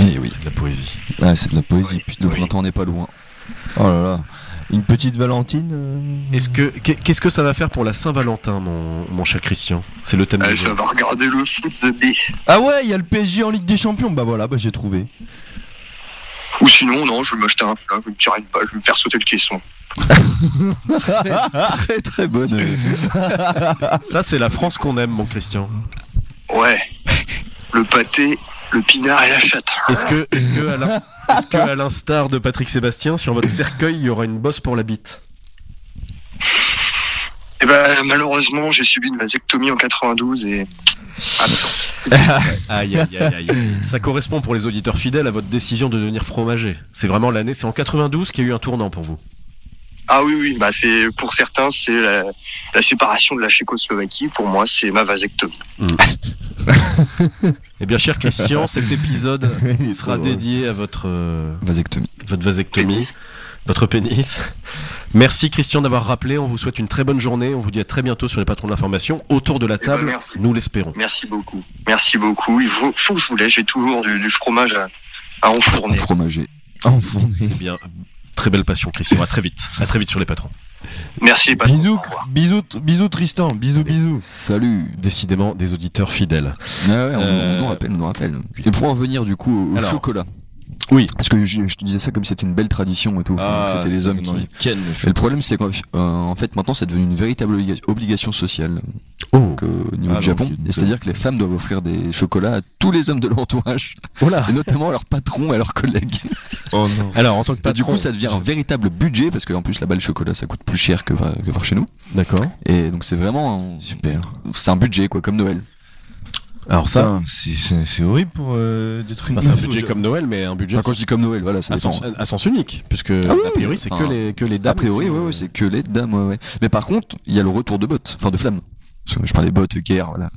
Speaker 5: Eh oui.
Speaker 4: C'est de la poésie.
Speaker 6: Ah, c'est de la
Speaker 5: Le
Speaker 6: poésie. Putain.
Speaker 5: printemps n'est pas loin.
Speaker 6: Oh là là. Une petite Valentine. euh,
Speaker 4: Est-ce que qu'est- qu'est-ce que ça va faire pour la Saint-Valentin, mon, mon cher Christian C'est le thème
Speaker 9: Ah,
Speaker 4: du
Speaker 9: ça
Speaker 4: jour.
Speaker 9: va regarder le foot, The Day.
Speaker 6: Ah ouais, il y a le PSG en Ligue des Champions. Bah voilà, bah j'ai trouvé.
Speaker 9: Ou sinon, non, je vais m'acheter un plat, je vais me tirer une balle, je vais me faire sauter le caisson.
Speaker 5: Très très bonne. euh,
Speaker 4: Ça, c'est la France qu'on aime, mon Christian.
Speaker 9: Ouais. Le pâté, le pinard et la chatte.
Speaker 4: Est-ce que, est-ce que à l'in- est-ce que à l'instar de Patrick Sébastien, sur votre cercueil, il y aura une bosse pour la bite
Speaker 9: Et ben, malheureusement, j'ai subi une vasectomie en 92 et. Ah,
Speaker 4: Aïe, aïe, aïe, aïe. Ça correspond pour les auditeurs fidèles à votre décision de devenir fromager. C'est vraiment l'année, c'est en 92 qu'il y a eu un tournant pour vous.
Speaker 9: Ah oui, oui, bah c'est pour certains, c'est la, la séparation de la Tchécoslovaquie. Pour moi, c'est ma vasectomie.
Speaker 4: Eh bien, cher Christian, cet épisode
Speaker 6: Il est
Speaker 4: sera
Speaker 6: trop drôle.
Speaker 4: dédié à votre, euh,
Speaker 5: Vasectomie.
Speaker 4: votre vasectomie,
Speaker 9: Pénis.
Speaker 4: votre pénis. Merci Christian d'avoir rappelé, on vous souhaite une très bonne journée, on vous dit à très bientôt sur les patrons de l'information, autour de la
Speaker 9: Eh ben,
Speaker 4: table,
Speaker 9: merci.
Speaker 4: nous l'espérons.
Speaker 9: Merci beaucoup. Merci beaucoup. Il faut, faut que je vous laisse. J'ai toujours du, du fromage à, à enfourner.
Speaker 5: Fromager.
Speaker 6: Enfourné.
Speaker 4: C'est bien, très belle passion Christian, à très vite, à très vite sur les patrons.
Speaker 9: Merci les patrons.
Speaker 6: Bisous,
Speaker 9: Au revoir.
Speaker 6: bisous, bisous Tristan, bisous, bisous.
Speaker 5: Salut.
Speaker 4: Décidément des auditeurs fidèles.
Speaker 5: Ah ouais, on,
Speaker 4: Euh,
Speaker 5: on nous rappelle, on nous rappelle. Et pour en revenir du coup au
Speaker 4: Alors.
Speaker 5: chocolat.
Speaker 4: Oui. Ah,
Speaker 5: Parce que je, je te disais ça comme si c'était une belle tradition et tout. Enfin, que c'était les hommes qui. Et
Speaker 6: Ken,
Speaker 5: le problème, c'est qu'en euh, en fait, maintenant, c'est devenu une véritable obliga- obligation sociale
Speaker 4: Oh,
Speaker 5: donc, euh, au niveau
Speaker 6: Ah,
Speaker 5: du
Speaker 6: donc,
Speaker 5: Japon.
Speaker 6: tu-
Speaker 5: Et C'est-à-dire que les femmes doivent offrir des chocolats à tous les hommes de leur entourage,
Speaker 4: voilà.
Speaker 5: et notamment à leurs patrons et à leurs collègues.
Speaker 6: Oh non.
Speaker 4: Alors, en tant que
Speaker 5: Et du
Speaker 4: patron,
Speaker 5: coup, ça devient un véritable budget parce que, en plus, là-bas, le chocolat, ça coûte plus cher que, va- que voir chez nous.
Speaker 4: D'accord.
Speaker 5: Et donc, c'est vraiment,
Speaker 6: Super.
Speaker 5: un- c'est un budget, quoi, comme Noël.
Speaker 4: Alors ça,
Speaker 6: Putain, c'est- c'est c'est horrible pour euh, détruire une
Speaker 4: Bah, c'est un
Speaker 6: meuf,
Speaker 4: budget
Speaker 6: je-
Speaker 4: comme Noël, mais un budget
Speaker 5: Enfin, quand je dis comme Noël, voilà, ça
Speaker 4: à,
Speaker 5: dépend.
Speaker 4: sens, à sens unique, puisque
Speaker 5: oui,
Speaker 4: a priori c'est
Speaker 5: enfin,
Speaker 4: que les que les dames.
Speaker 5: A priori,
Speaker 4: qui-
Speaker 5: ouais, ouais, c'est que les dames, ouais, ouais. Mais par contre, il y a le retour de bottes, enfin de flammes. Parce que Je parlais bottes, guerre, voilà.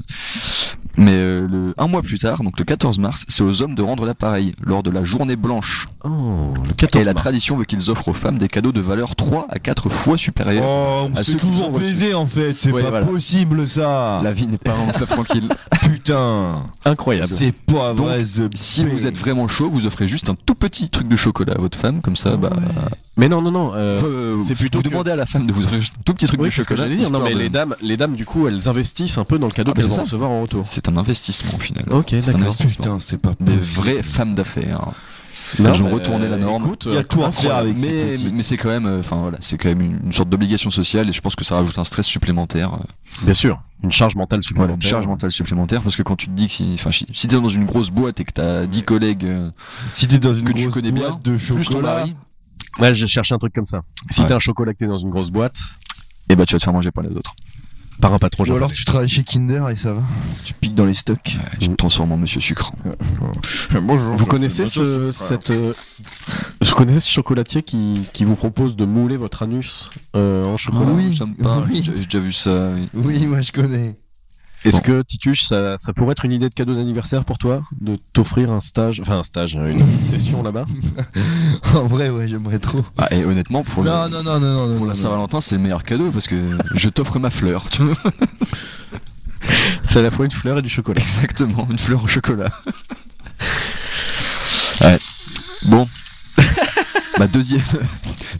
Speaker 5: Mais euh, le, un mois plus tard, donc le 14 mars, c'est aux hommes de rendre l'appareil lors de la journée blanche.
Speaker 4: Oh, le
Speaker 5: Et
Speaker 4: 14
Speaker 5: la
Speaker 4: mars.
Speaker 5: tradition veut qu'ils offrent aux femmes des cadeaux de valeur 3 à 4 fois supérieure.
Speaker 6: Oh, on
Speaker 5: À
Speaker 6: se
Speaker 5: Ah, ceux
Speaker 6: fait
Speaker 5: qui
Speaker 6: toujours
Speaker 5: sont reçus.
Speaker 6: baiser en fait, c'est
Speaker 5: Ouais,
Speaker 6: pas
Speaker 5: voilà.
Speaker 6: possible
Speaker 4: Oh.
Speaker 6: ça.
Speaker 5: La vie n'est pas un fleuve tranquille.
Speaker 6: Putain,
Speaker 4: euh, incroyable.
Speaker 6: c'est pas
Speaker 5: Donc,
Speaker 6: vrai. The
Speaker 5: Si vous êtes vraiment chaud, vous offrez juste un tout petit truc de chocolat à votre femme, comme ça, bah,
Speaker 4: Mais non, non, non. euh,
Speaker 5: Euh,
Speaker 4: c'est plutôt
Speaker 5: Vous
Speaker 4: que-
Speaker 5: demandez à la femme de vous offrir un tout petit truc
Speaker 4: oui,
Speaker 5: de
Speaker 4: c'est ce que
Speaker 5: chocolat.
Speaker 4: j'allais dire. Non,
Speaker 5: histoire
Speaker 4: mais
Speaker 5: de-
Speaker 4: les dames, les dames, du coup, elles investissent un peu dans le cadeau
Speaker 5: Ah, bah,
Speaker 4: qu'elles
Speaker 5: c'est
Speaker 4: vont
Speaker 5: ça.
Speaker 4: recevoir en retour.
Speaker 5: C'est un investissement au final.
Speaker 4: Ok,
Speaker 5: C'est un
Speaker 4: d'accord.
Speaker 5: investissement.
Speaker 6: c'est pas
Speaker 5: Des vraies femmes d'affaires.
Speaker 4: Non,
Speaker 5: Elles ont
Speaker 4: bah,
Speaker 5: retourné la norme.
Speaker 4: écoute,
Speaker 6: Il y a tout à faire avec cette
Speaker 5: mais,
Speaker 6: politique.
Speaker 5: mais c'est quand même, euh, enfin voilà, c'est quand même une, une sorte d'obligation sociale et je pense que ça rajoute un stress supplémentaire, euh,
Speaker 4: Bien sûr, une charge mentale
Speaker 5: voilà,
Speaker 4: supplémentaire.
Speaker 5: une charge mentale supplémentaire parce que quand tu te dis que si, enfin, si, si t'es dans une grosse boîte et que t'as 10 collègues euh,
Speaker 6: Si t'es dans une
Speaker 5: que tu
Speaker 6: grosse
Speaker 5: connais bien,
Speaker 6: boîte de
Speaker 5: plus ton
Speaker 6: chocolat,
Speaker 5: mari,
Speaker 4: Ouais, j'ai cherché un truc comme ça. Si
Speaker 5: Ouais.
Speaker 4: t'es un chocolaté dans une grosse boîte,
Speaker 5: et bah tu vas te faire manger par les autres.
Speaker 4: par un patron
Speaker 6: ou alors
Speaker 4: japonais.
Speaker 6: tu travailles chez Kinder et ça va. Tu piques dans les stocks.
Speaker 5: Ouais, Bah, tu te transformes en Monsieur Sucre.
Speaker 6: Bonjour.
Speaker 4: Vous connaissez ce, cette, euh, vous connaissez ce chocolatier qui, qui vous propose de mouler votre anus euh, en chocolat
Speaker 6: Ah oui,
Speaker 5: ça me parle,
Speaker 6: oui.
Speaker 5: j'ai j'ai déjà vu ça. oui.
Speaker 6: Oui, moi je connais.
Speaker 4: Est-ce que Tituche, ça, ça pourrait être une idée de cadeau d'anniversaire pour toi de t'offrir un stage, enfin un stage, euh, une session là-bas
Speaker 6: En vrai, ouais, j'aimerais trop.
Speaker 5: Ah, et honnêtement, pour le-
Speaker 6: Non, non, non, non, non, non.
Speaker 5: pour la
Speaker 6: non, non.
Speaker 5: Saint-Valentin, c'est le meilleur cadeau parce que je t'offre ma fleur. tu vois.
Speaker 4: C'est à la fois une fleur et du chocolat.
Speaker 5: Exactement, une fleur au chocolat. Ouais. Bon. Ma deuxième,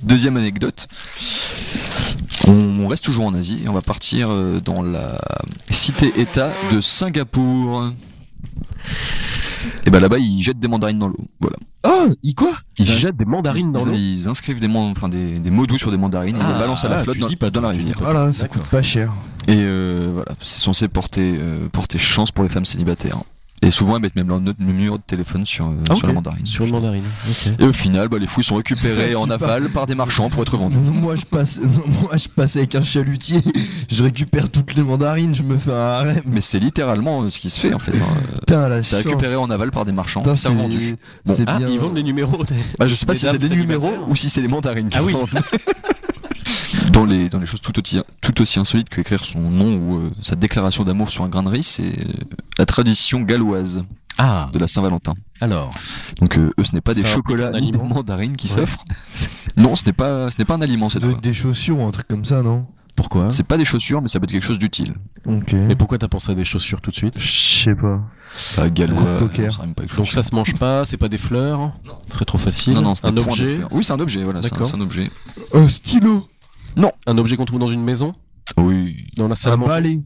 Speaker 5: deuxième anecdote. On, on reste toujours en Asie et on va partir euh, dans la cité-état de Singapour. Et ben là-bas, ils jettent des mandarines dans l'eau. Voilà.
Speaker 6: Oh, il quoi
Speaker 4: Ils jettent des mandarines
Speaker 5: Ils-
Speaker 4: dans l'eau.
Speaker 5: Ils inscrivent des, man- enfin, des, des mots doux sur des mandarines et ils les balancent à la
Speaker 4: ah,
Speaker 5: flotte
Speaker 4: tu
Speaker 5: dans,
Speaker 4: dis pas,
Speaker 5: dans la
Speaker 4: tu dis
Speaker 5: rivière.
Speaker 4: pas.
Speaker 6: Voilà, ça coûte pas cher.
Speaker 5: Et euh, voilà, c'est censé porter, euh, porter chance pour les femmes célibataires. Et souvent, elles mettent même leur note- numéro de téléphone sur, euh,
Speaker 4: Ah,
Speaker 5: sur
Speaker 4: ok.
Speaker 5: la mandarine.
Speaker 4: Sur une mandarine.
Speaker 5: Et au final, bah, les fouilles sont récupérées en
Speaker 6: Tu
Speaker 5: aval par des marchands pour être vendues.
Speaker 6: Non, moi je passe, non, moi je passe avec un chalutier, je récupère toutes les mandarines, je me fais un
Speaker 4: Mm.
Speaker 6: harem.
Speaker 5: Mais c'est littéralement euh, ce qui se fait en fait. hein.
Speaker 6: Putain, la
Speaker 5: C'est
Speaker 6: chance.
Speaker 5: récupéré en aval par des marchands,
Speaker 6: Putain,
Speaker 5: c'est vendu. Bon.
Speaker 6: c'est
Speaker 4: Ah,
Speaker 6: bien.
Speaker 4: ils vendent les numéros. des-
Speaker 5: Bah, je sais pas
Speaker 4: Des
Speaker 5: si c'est
Speaker 4: dames
Speaker 5: des numéros
Speaker 4: célibataires.
Speaker 5: ou si c'est les mandarines. qui
Speaker 4: Ah oui.
Speaker 5: vendent. dans, les, dans les choses tout aussi, tout aussi insolites que écrire son nom ou euh, sa déclaration d'amour sur un grain de riz, c'est euh, la tradition galloise
Speaker 4: Ah,
Speaker 5: de la Saint-Valentin.
Speaker 4: alors.
Speaker 5: Donc euh, eux, ce n'est pas des
Speaker 4: Ça implique
Speaker 5: chocolats
Speaker 4: un
Speaker 5: ni des
Speaker 4: aliment
Speaker 5: mandarines qui
Speaker 4: Ouais.
Speaker 5: s'offrent. non, ce n'est pas, ce n'est pas un aliment
Speaker 6: Ça
Speaker 5: cette
Speaker 6: doit
Speaker 5: fois.
Speaker 6: être des chaussures ou un truc comme ça, non
Speaker 4: Pourquoi
Speaker 5: C'est pas des chaussures, mais ça peut être quelque chose d'utile.
Speaker 6: Ok.
Speaker 4: Mais pourquoi t'as pensé à des chaussures tout de suite
Speaker 6: Je sais pas.
Speaker 5: Euh, Ça gallois,
Speaker 6: Coup de poker.
Speaker 5: on sait même pas quelque chose.
Speaker 4: Donc ça se mange pas, c'est pas des fleurs, ce serait trop facile.
Speaker 5: non, non, ce n'est
Speaker 4: un
Speaker 5: point de
Speaker 4: objet,
Speaker 5: fleurs. Oui, c'est un objet, voilà, c'est un,
Speaker 4: D'accord.
Speaker 5: c'est un objet.
Speaker 6: Un stylo,
Speaker 4: un objet qu'on trouve dans une maison,
Speaker 5: Oui,
Speaker 4: dans la salle à
Speaker 6: un
Speaker 4: manger.
Speaker 6: balai,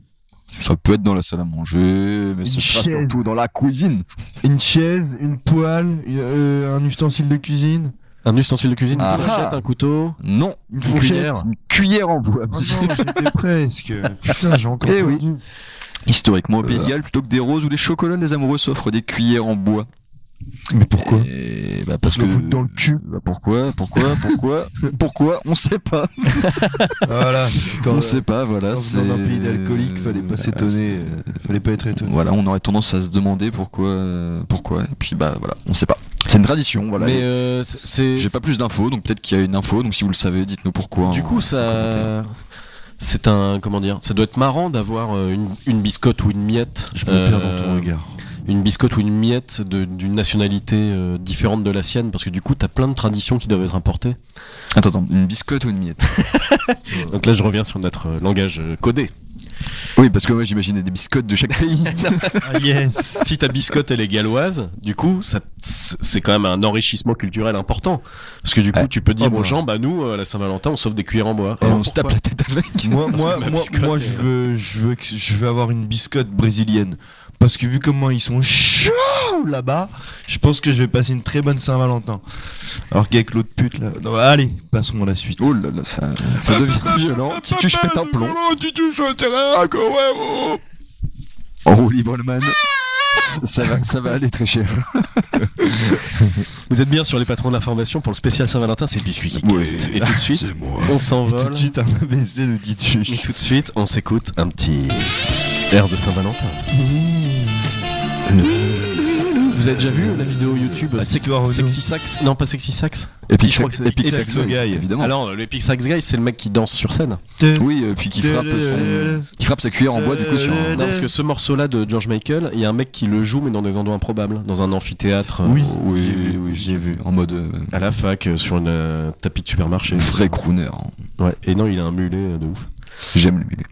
Speaker 5: ça peut être dans la salle à manger, mais ce
Speaker 6: Une
Speaker 5: sera
Speaker 6: chaise.
Speaker 5: surtout dans la cuisine.
Speaker 6: une chaise, une poêle, une- euh, un ustensile de cuisine.
Speaker 4: Un ustensile de cuisine,
Speaker 5: Ah
Speaker 4: une fourchette,
Speaker 5: ah.
Speaker 4: un couteau,
Speaker 5: Non,
Speaker 6: Une
Speaker 4: une
Speaker 6: fourchette.
Speaker 4: cuillère.
Speaker 5: une cuillère en bois.
Speaker 6: Ah non, j'étais presque. Putain, j'ai encore
Speaker 5: Eh oui.
Speaker 6: perdu.
Speaker 5: Historiquement, au Pays de Galles, plutôt que des roses ou des chocolats, les amoureux s'offrent des cuillères en bois.
Speaker 6: Mais pourquoi
Speaker 5: Et bah, Parce
Speaker 6: Ils
Speaker 5: que.
Speaker 6: le foutent dans le cul.
Speaker 5: Bah, pourquoi Pourquoi Pourquoi Pourquoi On sait pas.
Speaker 6: Voilà. Quand,
Speaker 5: Eh. on
Speaker 6: euh,
Speaker 5: sait pas, voilà.
Speaker 6: quand
Speaker 5: c'est
Speaker 6: dans un pays d'alcoolique, fallait pas
Speaker 5: Bah,
Speaker 6: s'étonner.
Speaker 5: c'est-
Speaker 6: euh, Fallait pas être étonné.
Speaker 5: Voilà, on aurait tendance à se demander pourquoi, euh, pourquoi. Et puis bah voilà, on sait pas. C'est une tradition, voilà.
Speaker 4: Mais
Speaker 5: Et
Speaker 4: euh, c'est- c'est.
Speaker 5: J'ai pas plus d'infos, donc peut-être qu'il y a une info. Donc si vous le savez, dites-nous pourquoi. hein.
Speaker 4: Du
Speaker 5: en-
Speaker 4: coup, ça. C'est un. Comment dire Ça doit être marrant d'avoir euh, une, une biscotte ou une miette.
Speaker 6: Je me perds dans ton
Speaker 4: euh,
Speaker 6: regard.
Speaker 4: Une biscotte ou une miette de- d'une nationalité euh, différente de la sienne, parce que du coup, t'as plein de traditions qui doivent être importées.
Speaker 5: Attends, attends, une biscotte ou une miette
Speaker 4: Donc là, je reviens sur notre euh, langage euh, codé.
Speaker 5: Oui, parce que moi j'imaginais des biscottes de chaque pays.
Speaker 6: Ah yes
Speaker 4: si ta biscotte elle est galloise, du coup, ça, c'est quand même un enrichissement culturel important. Parce que du coup,
Speaker 5: Ouais.
Speaker 4: tu peux dire
Speaker 6: Oh,
Speaker 4: aux
Speaker 6: ouais.
Speaker 4: gens, bah nous, euh, à la Saint-Valentin, on sauve des cuillères en bois.
Speaker 5: Et
Speaker 4: Alors,
Speaker 5: on se tape la tête avec.
Speaker 6: Moi,
Speaker 4: Parce que
Speaker 6: moi,
Speaker 4: ma
Speaker 6: moi,
Speaker 4: biscotte
Speaker 6: moi
Speaker 4: est-
Speaker 6: je, veux, je, veux que- je veux avoir une biscotte brésilienne. Parce que vu comment ils sont chauds là-bas, je pense que je vais passer une très bonne Saint-Valentin. Alors qu'avec l'autre pute là. Non, allez, passons à la suite.
Speaker 5: Oh là là, ça, ça devient violent. Si Ah, tu je pète un plomb. hein, oh, En roue libre, le man. Ça va, ça va aller très cher.
Speaker 4: Vous êtes bien sur les patrons de l'information pour le spécial Saint-Valentin, c'est le biscuit qui casse. Et tout de suite, on
Speaker 6: Tout de
Speaker 4: s'envole.
Speaker 6: suite, un ABC de
Speaker 4: Et
Speaker 6: Titus.
Speaker 4: tout de suite, on s'écoute un petit air de Saint-Valentin. Vous avez déjà vu la vidéo YouTube
Speaker 6: Mmh. Ah,
Speaker 4: Sex-
Speaker 6: tu vois, Renaud.
Speaker 4: Sexy Sax Non, pas Sexy Sax.
Speaker 5: Et puis,
Speaker 4: je crois que c'est-
Speaker 5: Epic
Speaker 4: Epic
Speaker 5: Sax
Speaker 6: Saxo
Speaker 5: Guy,
Speaker 6: Guy.
Speaker 5: évidemment.
Speaker 4: Alors, le Epic Sax Guy, c'est le mec qui danse sur scène.
Speaker 5: oui, euh, puis qui frappe, son, qui frappe sa cuillère en bois du coup sur un-
Speaker 4: Non, parce que ce morceau-là de George Michael, il y a un mec qui le joue, mais dans des endroits improbables, dans un amphithéâtre. euh,
Speaker 5: Oui,
Speaker 6: j'ai
Speaker 5: oui,
Speaker 6: vu,
Speaker 5: oui,
Speaker 6: j'ai vu.
Speaker 5: En mode euh,
Speaker 4: À la fac, euh, sur un tapis de supermarché.
Speaker 5: vrai crooner. hein.
Speaker 4: Ouais, et non, il a un mulet euh, de ouf.
Speaker 5: J'aime le mulet.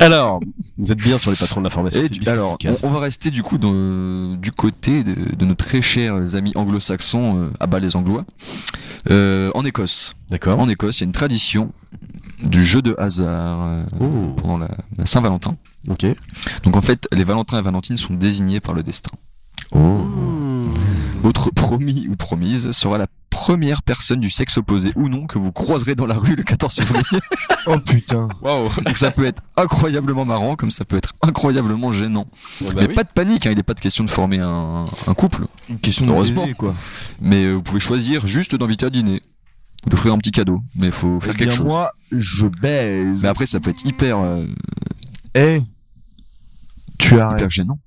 Speaker 4: Alors, vous êtes bien sur les patrons de l'information.
Speaker 5: Et
Speaker 4: c'est
Speaker 5: du-
Speaker 4: Biscuit
Speaker 5: alors,
Speaker 4: qui
Speaker 5: on,
Speaker 4: casse.
Speaker 5: on va rester du coup dans- du côté de, de nos très chers amis anglo-saxons, euh, à bas les anglois, Euh, en Écosse.
Speaker 4: D'accord.
Speaker 5: En Écosse, il y a une tradition du jeu de hasard euh,
Speaker 4: Oh,
Speaker 5: pendant la, la Saint-Valentin.
Speaker 4: ok.
Speaker 5: Donc en fait, les Valentins et Valentines sont désignés par le destin. Oh.
Speaker 4: Mmh.
Speaker 5: Votre promis ou promise sera la première personne du sexe opposé ou non que vous croiserez dans la rue le 14 février.
Speaker 6: Oh putain.
Speaker 4: Waouh.
Speaker 5: Donc ça peut être incroyablement marrant, comme ça peut être incroyablement gênant. mais pas de panique, hein, il n'est pas de question de former un, un couple.
Speaker 6: Une question de
Speaker 5: Heureusement.
Speaker 6: baiser, quoi.
Speaker 5: Mais euh, vous pouvez choisir juste d'inviter à dîner ou d'offrir un petit cadeau. Mais il faut faire
Speaker 6: Eh
Speaker 5: quelque
Speaker 6: bien,
Speaker 5: chose. Bah,
Speaker 6: moi, je baise.
Speaker 5: Mais après, ça peut être hyper, euh,
Speaker 6: Eh, tu
Speaker 5: hyper
Speaker 6: arrêtes.
Speaker 5: gênant.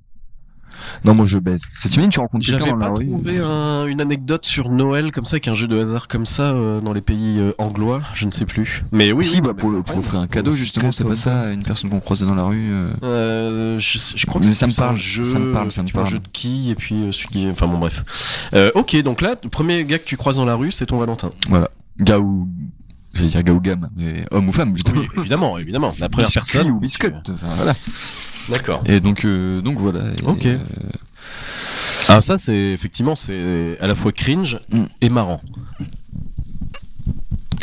Speaker 6: Non, moi, je baise.
Speaker 5: Ça t'imagine, tu rencontres
Speaker 4: J'avais
Speaker 5: quelqu'un
Speaker 4: pas
Speaker 5: dans la rue.
Speaker 4: trouvé un- une anecdote sur Noël comme ça, qu'un jeu de hasard comme ça euh, dans les pays euh, anglois, je ne sais plus. Mais oui,
Speaker 5: si,
Speaker 4: oui,
Speaker 5: bah,
Speaker 4: mais
Speaker 5: pour,
Speaker 4: c'est
Speaker 5: le- pour
Speaker 4: incroyable.
Speaker 5: offrir un cadeau,
Speaker 6: C'est
Speaker 5: justement, c'est
Speaker 6: comme
Speaker 5: pas ça à une personne qu'on croisait dans la rue. euh,
Speaker 4: Euh, je, je crois que
Speaker 5: Mais
Speaker 4: c'est
Speaker 5: ça me
Speaker 4: plus un
Speaker 5: parle,
Speaker 4: jeu,
Speaker 5: ça me parle, ça me
Speaker 4: tu vois, un
Speaker 5: parle.
Speaker 4: jeu de qui et puis euh, celui qui- Enfin bon, bref. Euh, ok, donc là, le premier gars que tu croises dans la rue, c'est ton Valentin.
Speaker 5: gars ou. J'allais dire gars ou gamme, mais homme ou femme, plutôt.
Speaker 4: Oui, évidemment, évidemment. La première
Speaker 5: Biscuit
Speaker 4: personne.
Speaker 5: ou biscuit. enfin, voilà.
Speaker 4: D'accord.
Speaker 5: Et donc, euh, donc voilà. Et,
Speaker 4: Ok.
Speaker 5: euh,
Speaker 4: Ah, ça, c'est effectivement, c'est à la fois cringe
Speaker 5: Mm.
Speaker 4: et marrant.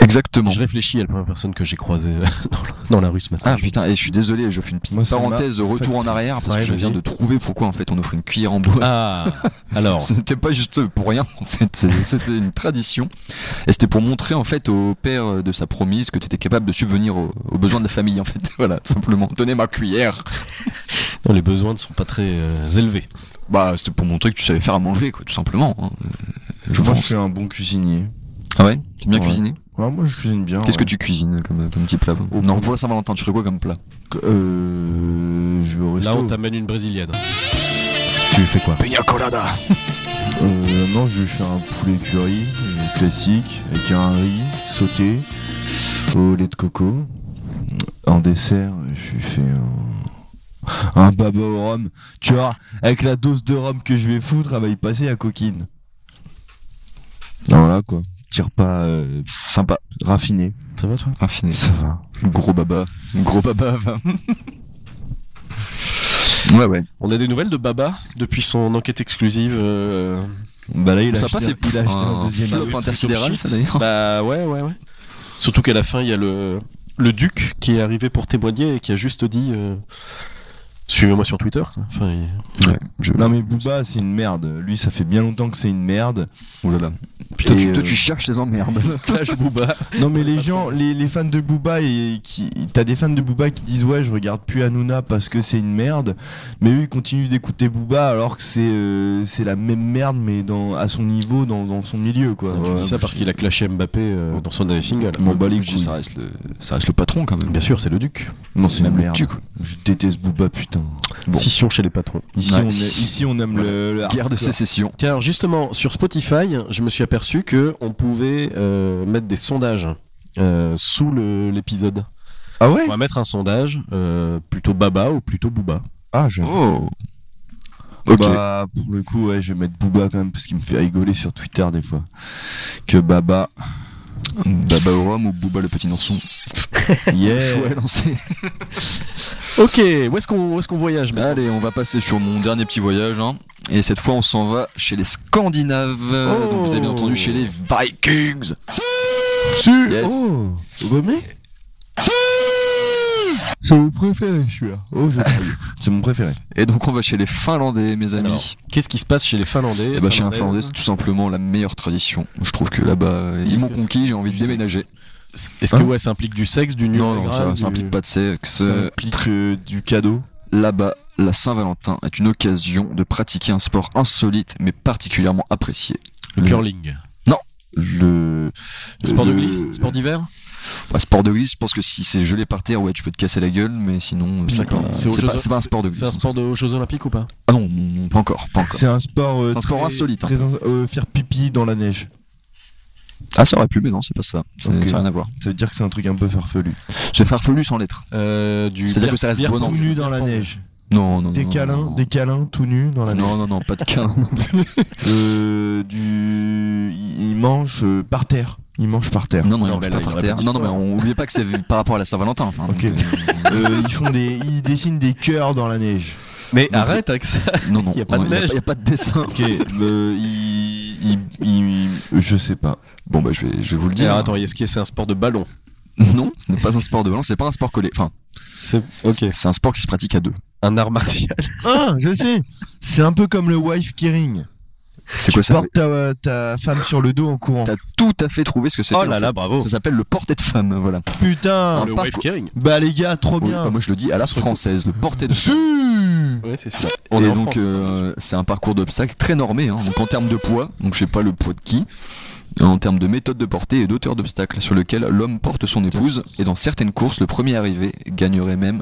Speaker 5: exactement.
Speaker 4: Je réfléchis à la première personne que j'ai croisée euh, dans, le- dans la rue ce matin.
Speaker 5: Ah putain, et je suis désolé, je fais une petite
Speaker 6: Moi, ça m'a-
Speaker 5: parenthèse retour en arrière parce
Speaker 4: Ouais,
Speaker 5: que je
Speaker 4: vas-y.
Speaker 5: viens de trouver pourquoi en fait on offrait une cuillère en bois.
Speaker 4: Ah, alors.
Speaker 5: Ce n'était pas juste pour rien en fait, C'est- c'était une tradition et c'était pour montrer en fait au père de sa promise que tu étais capable de subvenir aux, aux besoins de la famille en fait. Voilà, simplement, tenez ma cuillère.
Speaker 4: Non, les besoins ne sont pas très euh, élevés.
Speaker 5: Bah, c'était pour montrer que tu savais faire à manger quoi, tout simplement. hein. Euh, Je
Speaker 6: moi, je
Speaker 5: pense.
Speaker 6: suis un bon cuisinier.
Speaker 5: Ah ouais, t'aimes bien
Speaker 6: Ouais.
Speaker 5: cuisiner
Speaker 6: Ouais, moi, je cuisine bien.
Speaker 5: Qu'est-ce
Speaker 6: ouais.
Speaker 5: que tu cuisines comme, comme petit plat
Speaker 6: Au
Speaker 5: Non,
Speaker 6: plat.
Speaker 5: pour la Saint-Valentin, tu ferais quoi comme plat
Speaker 6: Euh. Je vais au resto.
Speaker 4: Là, on t'amène une brésilienne.
Speaker 6: Tu fais quoi
Speaker 5: Pina colada
Speaker 6: Euh. Non, je vais faire un poulet curry euh, classique avec un riz sauté au lait de coco. En dessert, je fais euh, un. Un baba au rhum. Tu vois, avec la dose de rhum que je vais foutre, elle va y passer à coquine. Ah, Voilà quoi. Tire pas euh,
Speaker 5: Sympa.
Speaker 6: raffiné.
Speaker 4: Ça va, toi
Speaker 5: Raffiné.
Speaker 6: Ça va.
Speaker 5: Gros baba. Gros baba. va. ouais, ouais.
Speaker 4: On a des nouvelles de Baba depuis son enquête exclusive. euh,
Speaker 6: Bah là, il a
Speaker 5: ça a
Speaker 6: acheté,
Speaker 5: pas fait
Speaker 6: il a acheté un, deuxième
Speaker 5: flop
Speaker 6: avion.
Speaker 5: intersidéral, ça d'ailleurs
Speaker 4: Bah ouais, ouais, ouais. Surtout qu'à la fin, il y a le, le duc qui est arrivé pour témoigner et qui a juste dit euh, Suivez-moi sur Twitter. quoi. Enfin, il-
Speaker 6: Non mais Booba c'est une merde. Lui ça fait bien longtemps que c'est une merde.
Speaker 5: Oh là là. Putain,
Speaker 6: Et,
Speaker 5: tu, toi,
Speaker 6: euh,
Speaker 5: tu cherches les emmerdes.
Speaker 4: Clash Booba.
Speaker 6: Non mais les gens, les, les fans de Booba et qui t'as des fans de Booba qui disent ouais je regarde plus Hanouna parce que c'est une merde. Mais eux ils continuent d'écouter Booba alors que c'est euh, c'est la même merde mais dans à son niveau dans, dans son milieu quoi.
Speaker 4: tu
Speaker 6: Ouais.
Speaker 4: dis ça parce qu'il a clashé Mbappé euh, dans son dernier single.
Speaker 6: Bon, bah,
Speaker 5: Je
Speaker 6: les
Speaker 5: dis,
Speaker 6: couilles.
Speaker 5: ça reste, le, ça reste le patron quand même.
Speaker 4: Bien sûr, c'est le duc.
Speaker 6: Non c'est une
Speaker 5: Même le
Speaker 6: merde.
Speaker 5: cul, quoi.
Speaker 6: Je déteste Booba putain. Bon.
Speaker 4: Scission chez les patrons.
Speaker 6: Ici,
Speaker 5: Ouais.
Speaker 6: on, est- ici on aime
Speaker 5: Voilà.
Speaker 6: le, le
Speaker 5: Guerre de
Speaker 6: hardcore.
Speaker 5: sécession.
Speaker 4: Tiens, alors justement, sur Spotify, je me suis aperçu que on pouvait euh, mettre des sondages euh, sous le- l'épisode.
Speaker 6: Ah ouais
Speaker 4: On va mettre un sondage euh, plutôt Baba ou plutôt Booba.
Speaker 6: Ah j'avoue.
Speaker 5: Oh. Ok.
Speaker 6: Bah, pour le coup, ouais, je vais mettre Booba quand même, parce qu'il me fait rigoler sur Twitter des fois. Que Baba.
Speaker 5: Baba au rhum ou Booba le petit ourson.
Speaker 6: Yeah.
Speaker 5: Chouette lancé.
Speaker 4: Eh. Ok, où est-ce qu'on où est-ce qu'on voyage maintenant
Speaker 5: Allez, on va passer sur mon dernier petit voyage. hein. Et cette fois, on s'en va chez les Scandinaves.
Speaker 4: Oh.
Speaker 5: Donc, vous avez bien entendu, chez les Vikings. Yes.
Speaker 6: Oh, Remis C'est mon préféré, celui-là. Oh, je C'est mon préféré.
Speaker 5: Et donc, on va chez les Finlandais, mes amis.
Speaker 4: Alors, Qu'est-ce qui se passe chez les Finlandais
Speaker 5: Eh bah, chez un
Speaker 4: Finlandaises
Speaker 5: Finlandais, c'est tout simplement la meilleure tradition. Je trouve que là-bas, euh, ils
Speaker 4: Est-ce
Speaker 5: m'ont
Speaker 4: que
Speaker 5: conquis, j'ai envie de déménager.
Speaker 4: Est-ce que
Speaker 6: Hein
Speaker 4: ouais, ça implique du sexe, du nu
Speaker 5: Non, non,
Speaker 4: intégral,
Speaker 5: ça, ça
Speaker 4: du-
Speaker 5: implique pas de sexe.
Speaker 6: Ça implique euh, du cadeau.
Speaker 5: Là-bas, la Saint-Valentin est une occasion de pratiquer un sport insolite, mais particulièrement apprécié.
Speaker 4: Le curling.
Speaker 6: Le.
Speaker 4: Sport de
Speaker 6: le-
Speaker 4: glisse Sport d'hiver
Speaker 5: Bah, sport de glisse, je pense que si c'est gelé par terre, ouais, tu peux te casser la gueule, mais sinon, euh, c'est
Speaker 4: D'accord.
Speaker 5: pas,
Speaker 4: C'est aux
Speaker 5: c'est
Speaker 4: Jeux-
Speaker 5: pas- c'est pas un sport de glisse.
Speaker 4: C'est un sport de, aux Jeux Olympiques ou pas
Speaker 5: Ah non, non, pas encore, pas encore.
Speaker 6: C'est un sport. euh,
Speaker 5: C'est un sport
Speaker 6: très-
Speaker 5: insolite, hein.
Speaker 6: très ins- euh, faire pipi dans la neige.
Speaker 5: Ah, ça aurait plu, mais non, c'est pas ça. C'est-
Speaker 6: Ok.
Speaker 5: Ça n'a rien à voir.
Speaker 6: Ça veut dire que c'est un truc un peu farfelu.
Speaker 5: C'est farfelu sans lettres.
Speaker 4: euh, du
Speaker 5: C'est-à-dire
Speaker 4: bière-
Speaker 5: que ça reste
Speaker 4: bière-
Speaker 5: bon
Speaker 6: Tout
Speaker 5: enfant.
Speaker 6: nu dans la neige.
Speaker 5: Non, non, non.
Speaker 6: Des
Speaker 5: non,
Speaker 6: câlins,
Speaker 5: non,
Speaker 6: des câlins, tout nu dans la
Speaker 5: non,
Speaker 6: neige.
Speaker 5: non, non, non, pas de câlins.
Speaker 6: Euh, du. Il il mange euh, par terre. Il mange par terre.
Speaker 5: Non, non,
Speaker 4: Non,
Speaker 5: non,
Speaker 4: mais là,
Speaker 5: pas
Speaker 4: il
Speaker 5: par
Speaker 4: aurait pas
Speaker 5: terre.
Speaker 4: dit
Speaker 5: Non, non, mais
Speaker 4: sport.
Speaker 5: on oubliez pas que c'est par rapport à la Saint-Valentin. enfin, donc,
Speaker 6: Ok.
Speaker 5: euh,
Speaker 6: Euh, ils font des, ils dessinent des cœurs dans la neige.
Speaker 4: Mais
Speaker 5: Non,
Speaker 4: arrête avec ça
Speaker 5: non, non,
Speaker 4: Y a pas de
Speaker 5: non, y
Speaker 4: neige.
Speaker 5: y a pas de dessin.
Speaker 6: Ok, euh, ils, il- il- je sais pas.
Speaker 5: Bon, bah, je vais, je vais vous le dire.
Speaker 4: Alors, attends, est-ce que c'est un sport de ballon
Speaker 5: Non, ce n'est pas un sport de balance, c'est pas un sport collé. Enfin,
Speaker 4: C'est ok. Oh
Speaker 5: c'est un sport qui se pratique à deux.
Speaker 4: Un art martial.
Speaker 6: Ah, je sais. C'est un peu comme le wife kering.
Speaker 5: C'est quoi ça
Speaker 6: Porte ta, euh, ta femme sur le dos en courant.
Speaker 5: T'as tout à fait trouvé ce que c'était.
Speaker 4: Oh
Speaker 5: en
Speaker 4: là
Speaker 5: fait.
Speaker 4: là, bravo.
Speaker 5: Ça s'appelle le porté de femme, voilà.
Speaker 6: Putain.
Speaker 5: Le
Speaker 4: Le
Speaker 5: parcours-
Speaker 4: wave carrying.
Speaker 6: Bah les gars, trop
Speaker 5: Oui, bah,
Speaker 6: bien.
Speaker 5: moi je le dis à la française, le porté de
Speaker 6: Su.
Speaker 5: femme.
Speaker 4: Ouais, c'est
Speaker 5: sûr.
Speaker 4: sûr.
Speaker 5: et donc euh, c'est un parcours d'obstacles très normé, hein. donc en termes de poids, donc je sais pas le poids de qui, en termes de méthode de portée et d'auteur d'obstacles sur lequel l'homme porte son épouse, et dans certaines courses, le premier arrivé gagnerait même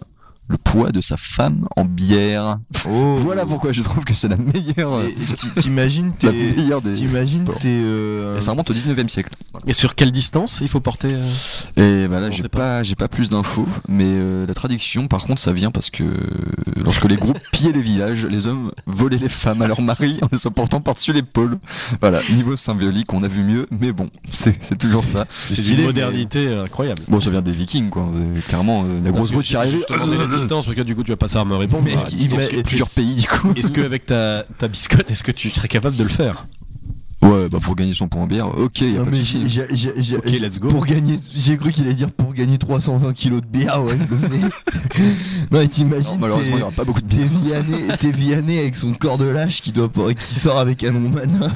Speaker 5: le poids de sa femme en bière.
Speaker 6: Oh.
Speaker 5: Voilà pourquoi je trouve que c'est la meilleure, euh,
Speaker 6: Et- et t'i- T'imagines
Speaker 5: la
Speaker 6: t'es.
Speaker 5: meilleure des...
Speaker 6: T'imagines
Speaker 5: sports.
Speaker 6: t'es. euh,
Speaker 5: Et ça remonte au 19e siècle.
Speaker 4: Et sur quelle distance il faut porter euh,
Speaker 5: Et bah là,
Speaker 4: On
Speaker 5: j'ai
Speaker 4: sait
Speaker 5: pas,
Speaker 4: pas.
Speaker 5: j'ai pas plus d'infos, mais euh, la traduction, par contre, ça vient parce que euh, lorsque les groupes pillaient les villages, les hommes volaient les femmes à leur mari en les emportant par-dessus l'épaule. Voilà, niveau symbolique, on a vu mieux, mais bon, c'est c'est toujours ça.
Speaker 4: C'est une modernité euh, incroyable.
Speaker 5: Bon, ça vient des Vikings, quoi. C'est Clairement, euh, la
Speaker 4: Parce
Speaker 5: grosse
Speaker 4: que
Speaker 5: route qui
Speaker 4: j'ai
Speaker 5: arrivait.
Speaker 4: justement des distances, parce que du coup, tu vas pas savoir me répondre.
Speaker 5: Mais
Speaker 4: Ah,
Speaker 5: qui-
Speaker 4: distance.
Speaker 5: parce que plusieurs pays, du coup.
Speaker 4: Est-ce qu'avec ta, ta biscotte, est-ce que tu serais capable de le faire
Speaker 5: Ouais, bah pour gagner son point en bière, ok, y a
Speaker 6: Non
Speaker 5: pas de
Speaker 6: mais
Speaker 5: souci.
Speaker 6: j'ai- j'ai- j'ai- j'ai-
Speaker 4: Ok, let's go.
Speaker 6: Pour gagner, j'ai cru qu'il allait dire pour gagner 320 kilos de bière, ouais. je le fais. non, et
Speaker 5: Non,
Speaker 6: t'imagines
Speaker 5: malheureusement, il y aura pas beaucoup de
Speaker 6: t'es- t'es
Speaker 5: bière.
Speaker 6: Vianney, t'es Vianney avec son corps de lâche qui doit pour- qui sort avec un nom manœuvre,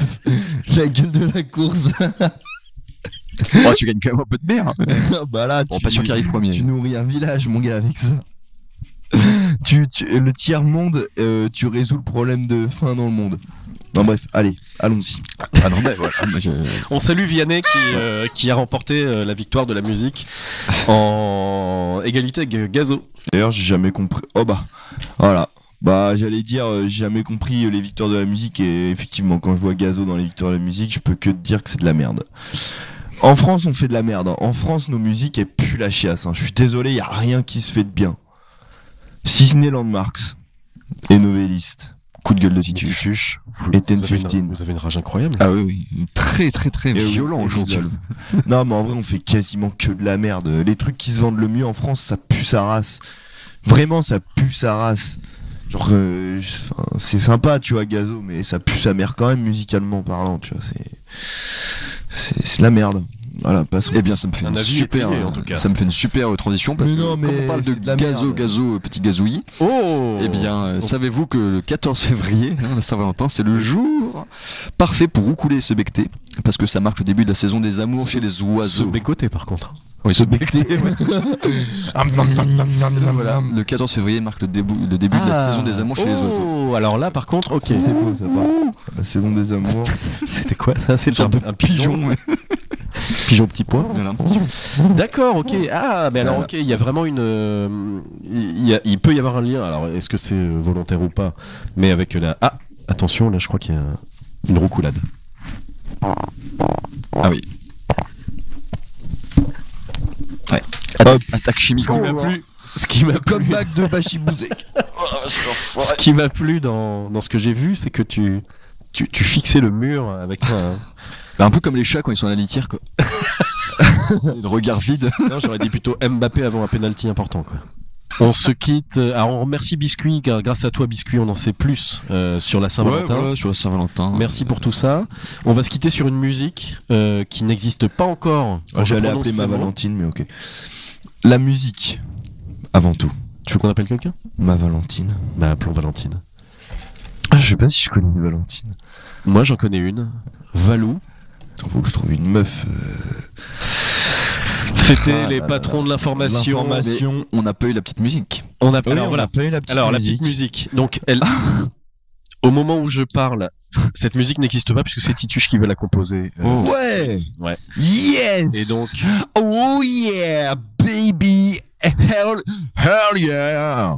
Speaker 6: la gueule de la course.
Speaker 5: Oh, tu gagnes quand même un peu de bière.
Speaker 6: bah là,
Speaker 5: Bon,
Speaker 6: tu,
Speaker 5: pas sûr qu'il arrive premier.
Speaker 6: tu nourris un village, mon gars, avec ça. tu, tu- le tiers monde, euh, tu résous le problème de faim dans le monde. Non bref, allez, allons-y.
Speaker 5: Ah non, bah voilà. moi, je-
Speaker 4: On salue Vianney qui, euh, qui a remporté euh, la victoire de la musique en égalité avec Gazo.
Speaker 6: D'ailleurs, j'ai jamais compris. Oh bah, voilà. Bah, j'allais dire, euh, j'ai jamais compris euh, les victoires de la musique. Et effectivement, quand je vois Gazo dans les victoires de la musique, je peux que te dire que c'est de la merde. En France, on fait de la merde. hein. En France, nos musiques, elles puent la chiasse. hein. Je suis désolé, y a rien qui se fait de bien. Si ce n'est Landmarks et Novelist
Speaker 5: Coup de gueule de Titus.
Speaker 6: et 1015.
Speaker 4: avez, une, vous avez une rage incroyable.
Speaker 5: Ah oui, oui, très très très
Speaker 6: Et Eh oui,
Speaker 5: violent
Speaker 6: et
Speaker 5: aujourd'hui.
Speaker 6: Resolve. non, mais en vrai, on fait quasiment que de la merde. Les trucs qui se vendent le mieux en France, ça pue sa race. Vraiment, ça pue sa race. Genre, euh, je- 'fin, c'est sympa, tu vois, Gazo, mais ça pue sa mère quand même, musicalement parlant, tu vois. C'est. C'est c'est de la merde. Voilà, passons.
Speaker 5: Eh bien, ça me fait
Speaker 4: Un
Speaker 5: une
Speaker 4: avis
Speaker 5: super,
Speaker 4: étayé, en
Speaker 5: euh,
Speaker 4: tout cas.
Speaker 5: ça me fait une super euh, transition parce
Speaker 6: Mais
Speaker 5: que
Speaker 6: non,
Speaker 5: quand
Speaker 6: mais
Speaker 5: on parle de,
Speaker 6: c'est de la
Speaker 5: gazo,
Speaker 6: merde.
Speaker 5: gazo, euh, petit gazouillis,
Speaker 4: Oh
Speaker 5: eh bien, euh, savez-vous que le 14 février, hein, la Saint-Valentin, c'est le jour parfait pour roucouler et se becter parce que ça marque le début de la saison des amours chez les
Speaker 4: se
Speaker 5: oiseaux.
Speaker 4: bécoter par contre.
Speaker 5: Oui, se becter. ouais.
Speaker 6: Ah, nam, nam, nam, nam, nam,
Speaker 5: voilà,
Speaker 6: nam. Ah.
Speaker 5: le 14 février marque le début, le début de la saison des amours chez les oiseaux.
Speaker 4: Ah. Oh, alors là, par contre, ok.
Speaker 6: Ça, C'est beau, ça part. La saison des amours.
Speaker 4: C'était quoi ça C'est
Speaker 5: Sorte
Speaker 4: un, un pigeon, Oh.
Speaker 5: ouais.
Speaker 4: pigeon petit pois.
Speaker 5: Voilà.
Speaker 4: D'accord, ok. Ah, mais alors,
Speaker 5: Voilà.
Speaker 4: ok, il y a vraiment une. euh, Il y a- il peut y avoir un lien. Alors, est-ce que c'est euh, volontaire ou pas Mais avec la. Ah, attention, là, je crois qu'il y a une roucoulade.
Speaker 5: Ah oui. Ouais.
Speaker 6: Hop.
Speaker 5: Attaque chimique.
Speaker 4: qui m'a plu. Ce qui m'a
Speaker 6: Le
Speaker 4: plu.
Speaker 6: comeback de Bachibouzek.
Speaker 4: Ce qui m'a plu dans, dans ce que j'ai vu, c'est que tu, tu, tu fixais le mur avec un.
Speaker 5: Bah, un peu comme les chats quand ils sont à la litière, quoi. le regard vide.
Speaker 4: Non, j'aurais dit plutôt Mbappé avant un penalty important, quoi. On se quitte. Alors, on remercie Biscuit, car grâce à toi, Biscuit, on en sait plus euh, sur la Saint-Valentin.
Speaker 5: sur la Saint-Valentin.
Speaker 4: Merci pour tout ça. On va se quitter sur une musique euh, qui n'existe pas encore. quand je
Speaker 6: Ah, J'allais
Speaker 4: prononce
Speaker 6: appeler ma
Speaker 4: Ah, ces mots.
Speaker 6: Valentine, mais ok. La musique, avant tout.
Speaker 4: Tu veux qu'on appelle quelqu'un
Speaker 6: Ma Valentine.
Speaker 4: Bah appelons Valentine.
Speaker 6: Ah, je sais pas si je connais une Valentine.
Speaker 4: Moi j'en connais une. Valou.
Speaker 6: Attends, faut que je trouve une meuf. euh,
Speaker 4: C'était
Speaker 6: Ah
Speaker 4: les
Speaker 6: là
Speaker 4: patrons de l'information.
Speaker 6: L'information.
Speaker 5: On n'a pas eu la petite musique.
Speaker 4: On appelle.
Speaker 6: Alors
Speaker 4: Alors voilà.
Speaker 6: la petite
Speaker 4: Alors la petite musique. Donc elle. Au moment où je parle, cette musique n'existe pas puisque c'est Tituche qui veut la composer. Euh,
Speaker 5: Oh.
Speaker 6: Ouais
Speaker 4: Ouais.
Speaker 6: Yes
Speaker 4: Et donc,
Speaker 6: Oh yeah, baby Hell, hell yeah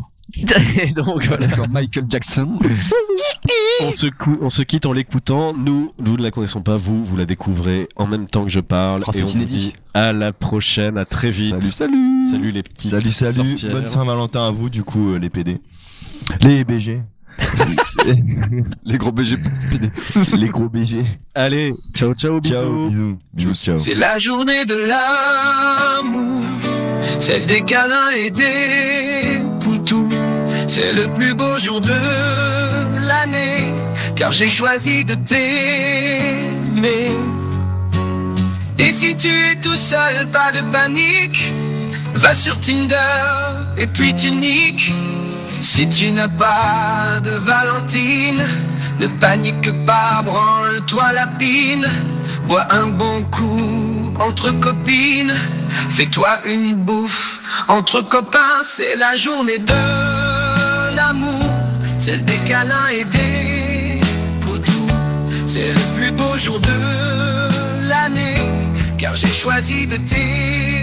Speaker 4: et donc voilà.
Speaker 5: D'accord, Michael Jackson.
Speaker 4: on, se cou- on se quitte en l'écoutant. Nous, nous ne la connaissons pas. Vous, vous la découvrez en même temps que je parle.
Speaker 5: Oh, c'est
Speaker 4: et on vous
Speaker 5: inédit.
Speaker 4: dit à la prochaine, à très vite.
Speaker 5: Salut, salut.
Speaker 4: Salut les petits.
Speaker 6: Salut, salut
Speaker 4: sorcières.
Speaker 6: Bonne Saint-Valentin à vous, du coup, euh, les PD. Les BG.
Speaker 5: Les gros BG.
Speaker 6: les gros BG.
Speaker 4: Allez, ciao ciao, bisous.
Speaker 6: Ciao, bisous. Bisous, ciao.
Speaker 10: C'est la journée de l'amour, celle des câlins et des poutous. C'est le plus beau jour de l'année, car j'ai choisi de t'aimer. t'aimer. Et si tu es tout seul, pas de panique. Va sur Tinder et puis tu niques. Si tu n'as pas de Valentine, ne panique pas, branle-toi la pine. Bois un bon coup entre copines. Fais-toi une bouffe entre copains. C'est la journée de l'amour, celle des câlins et des poutous. C'est le plus beau jour de l'année, car j'ai choisi de t'aimer.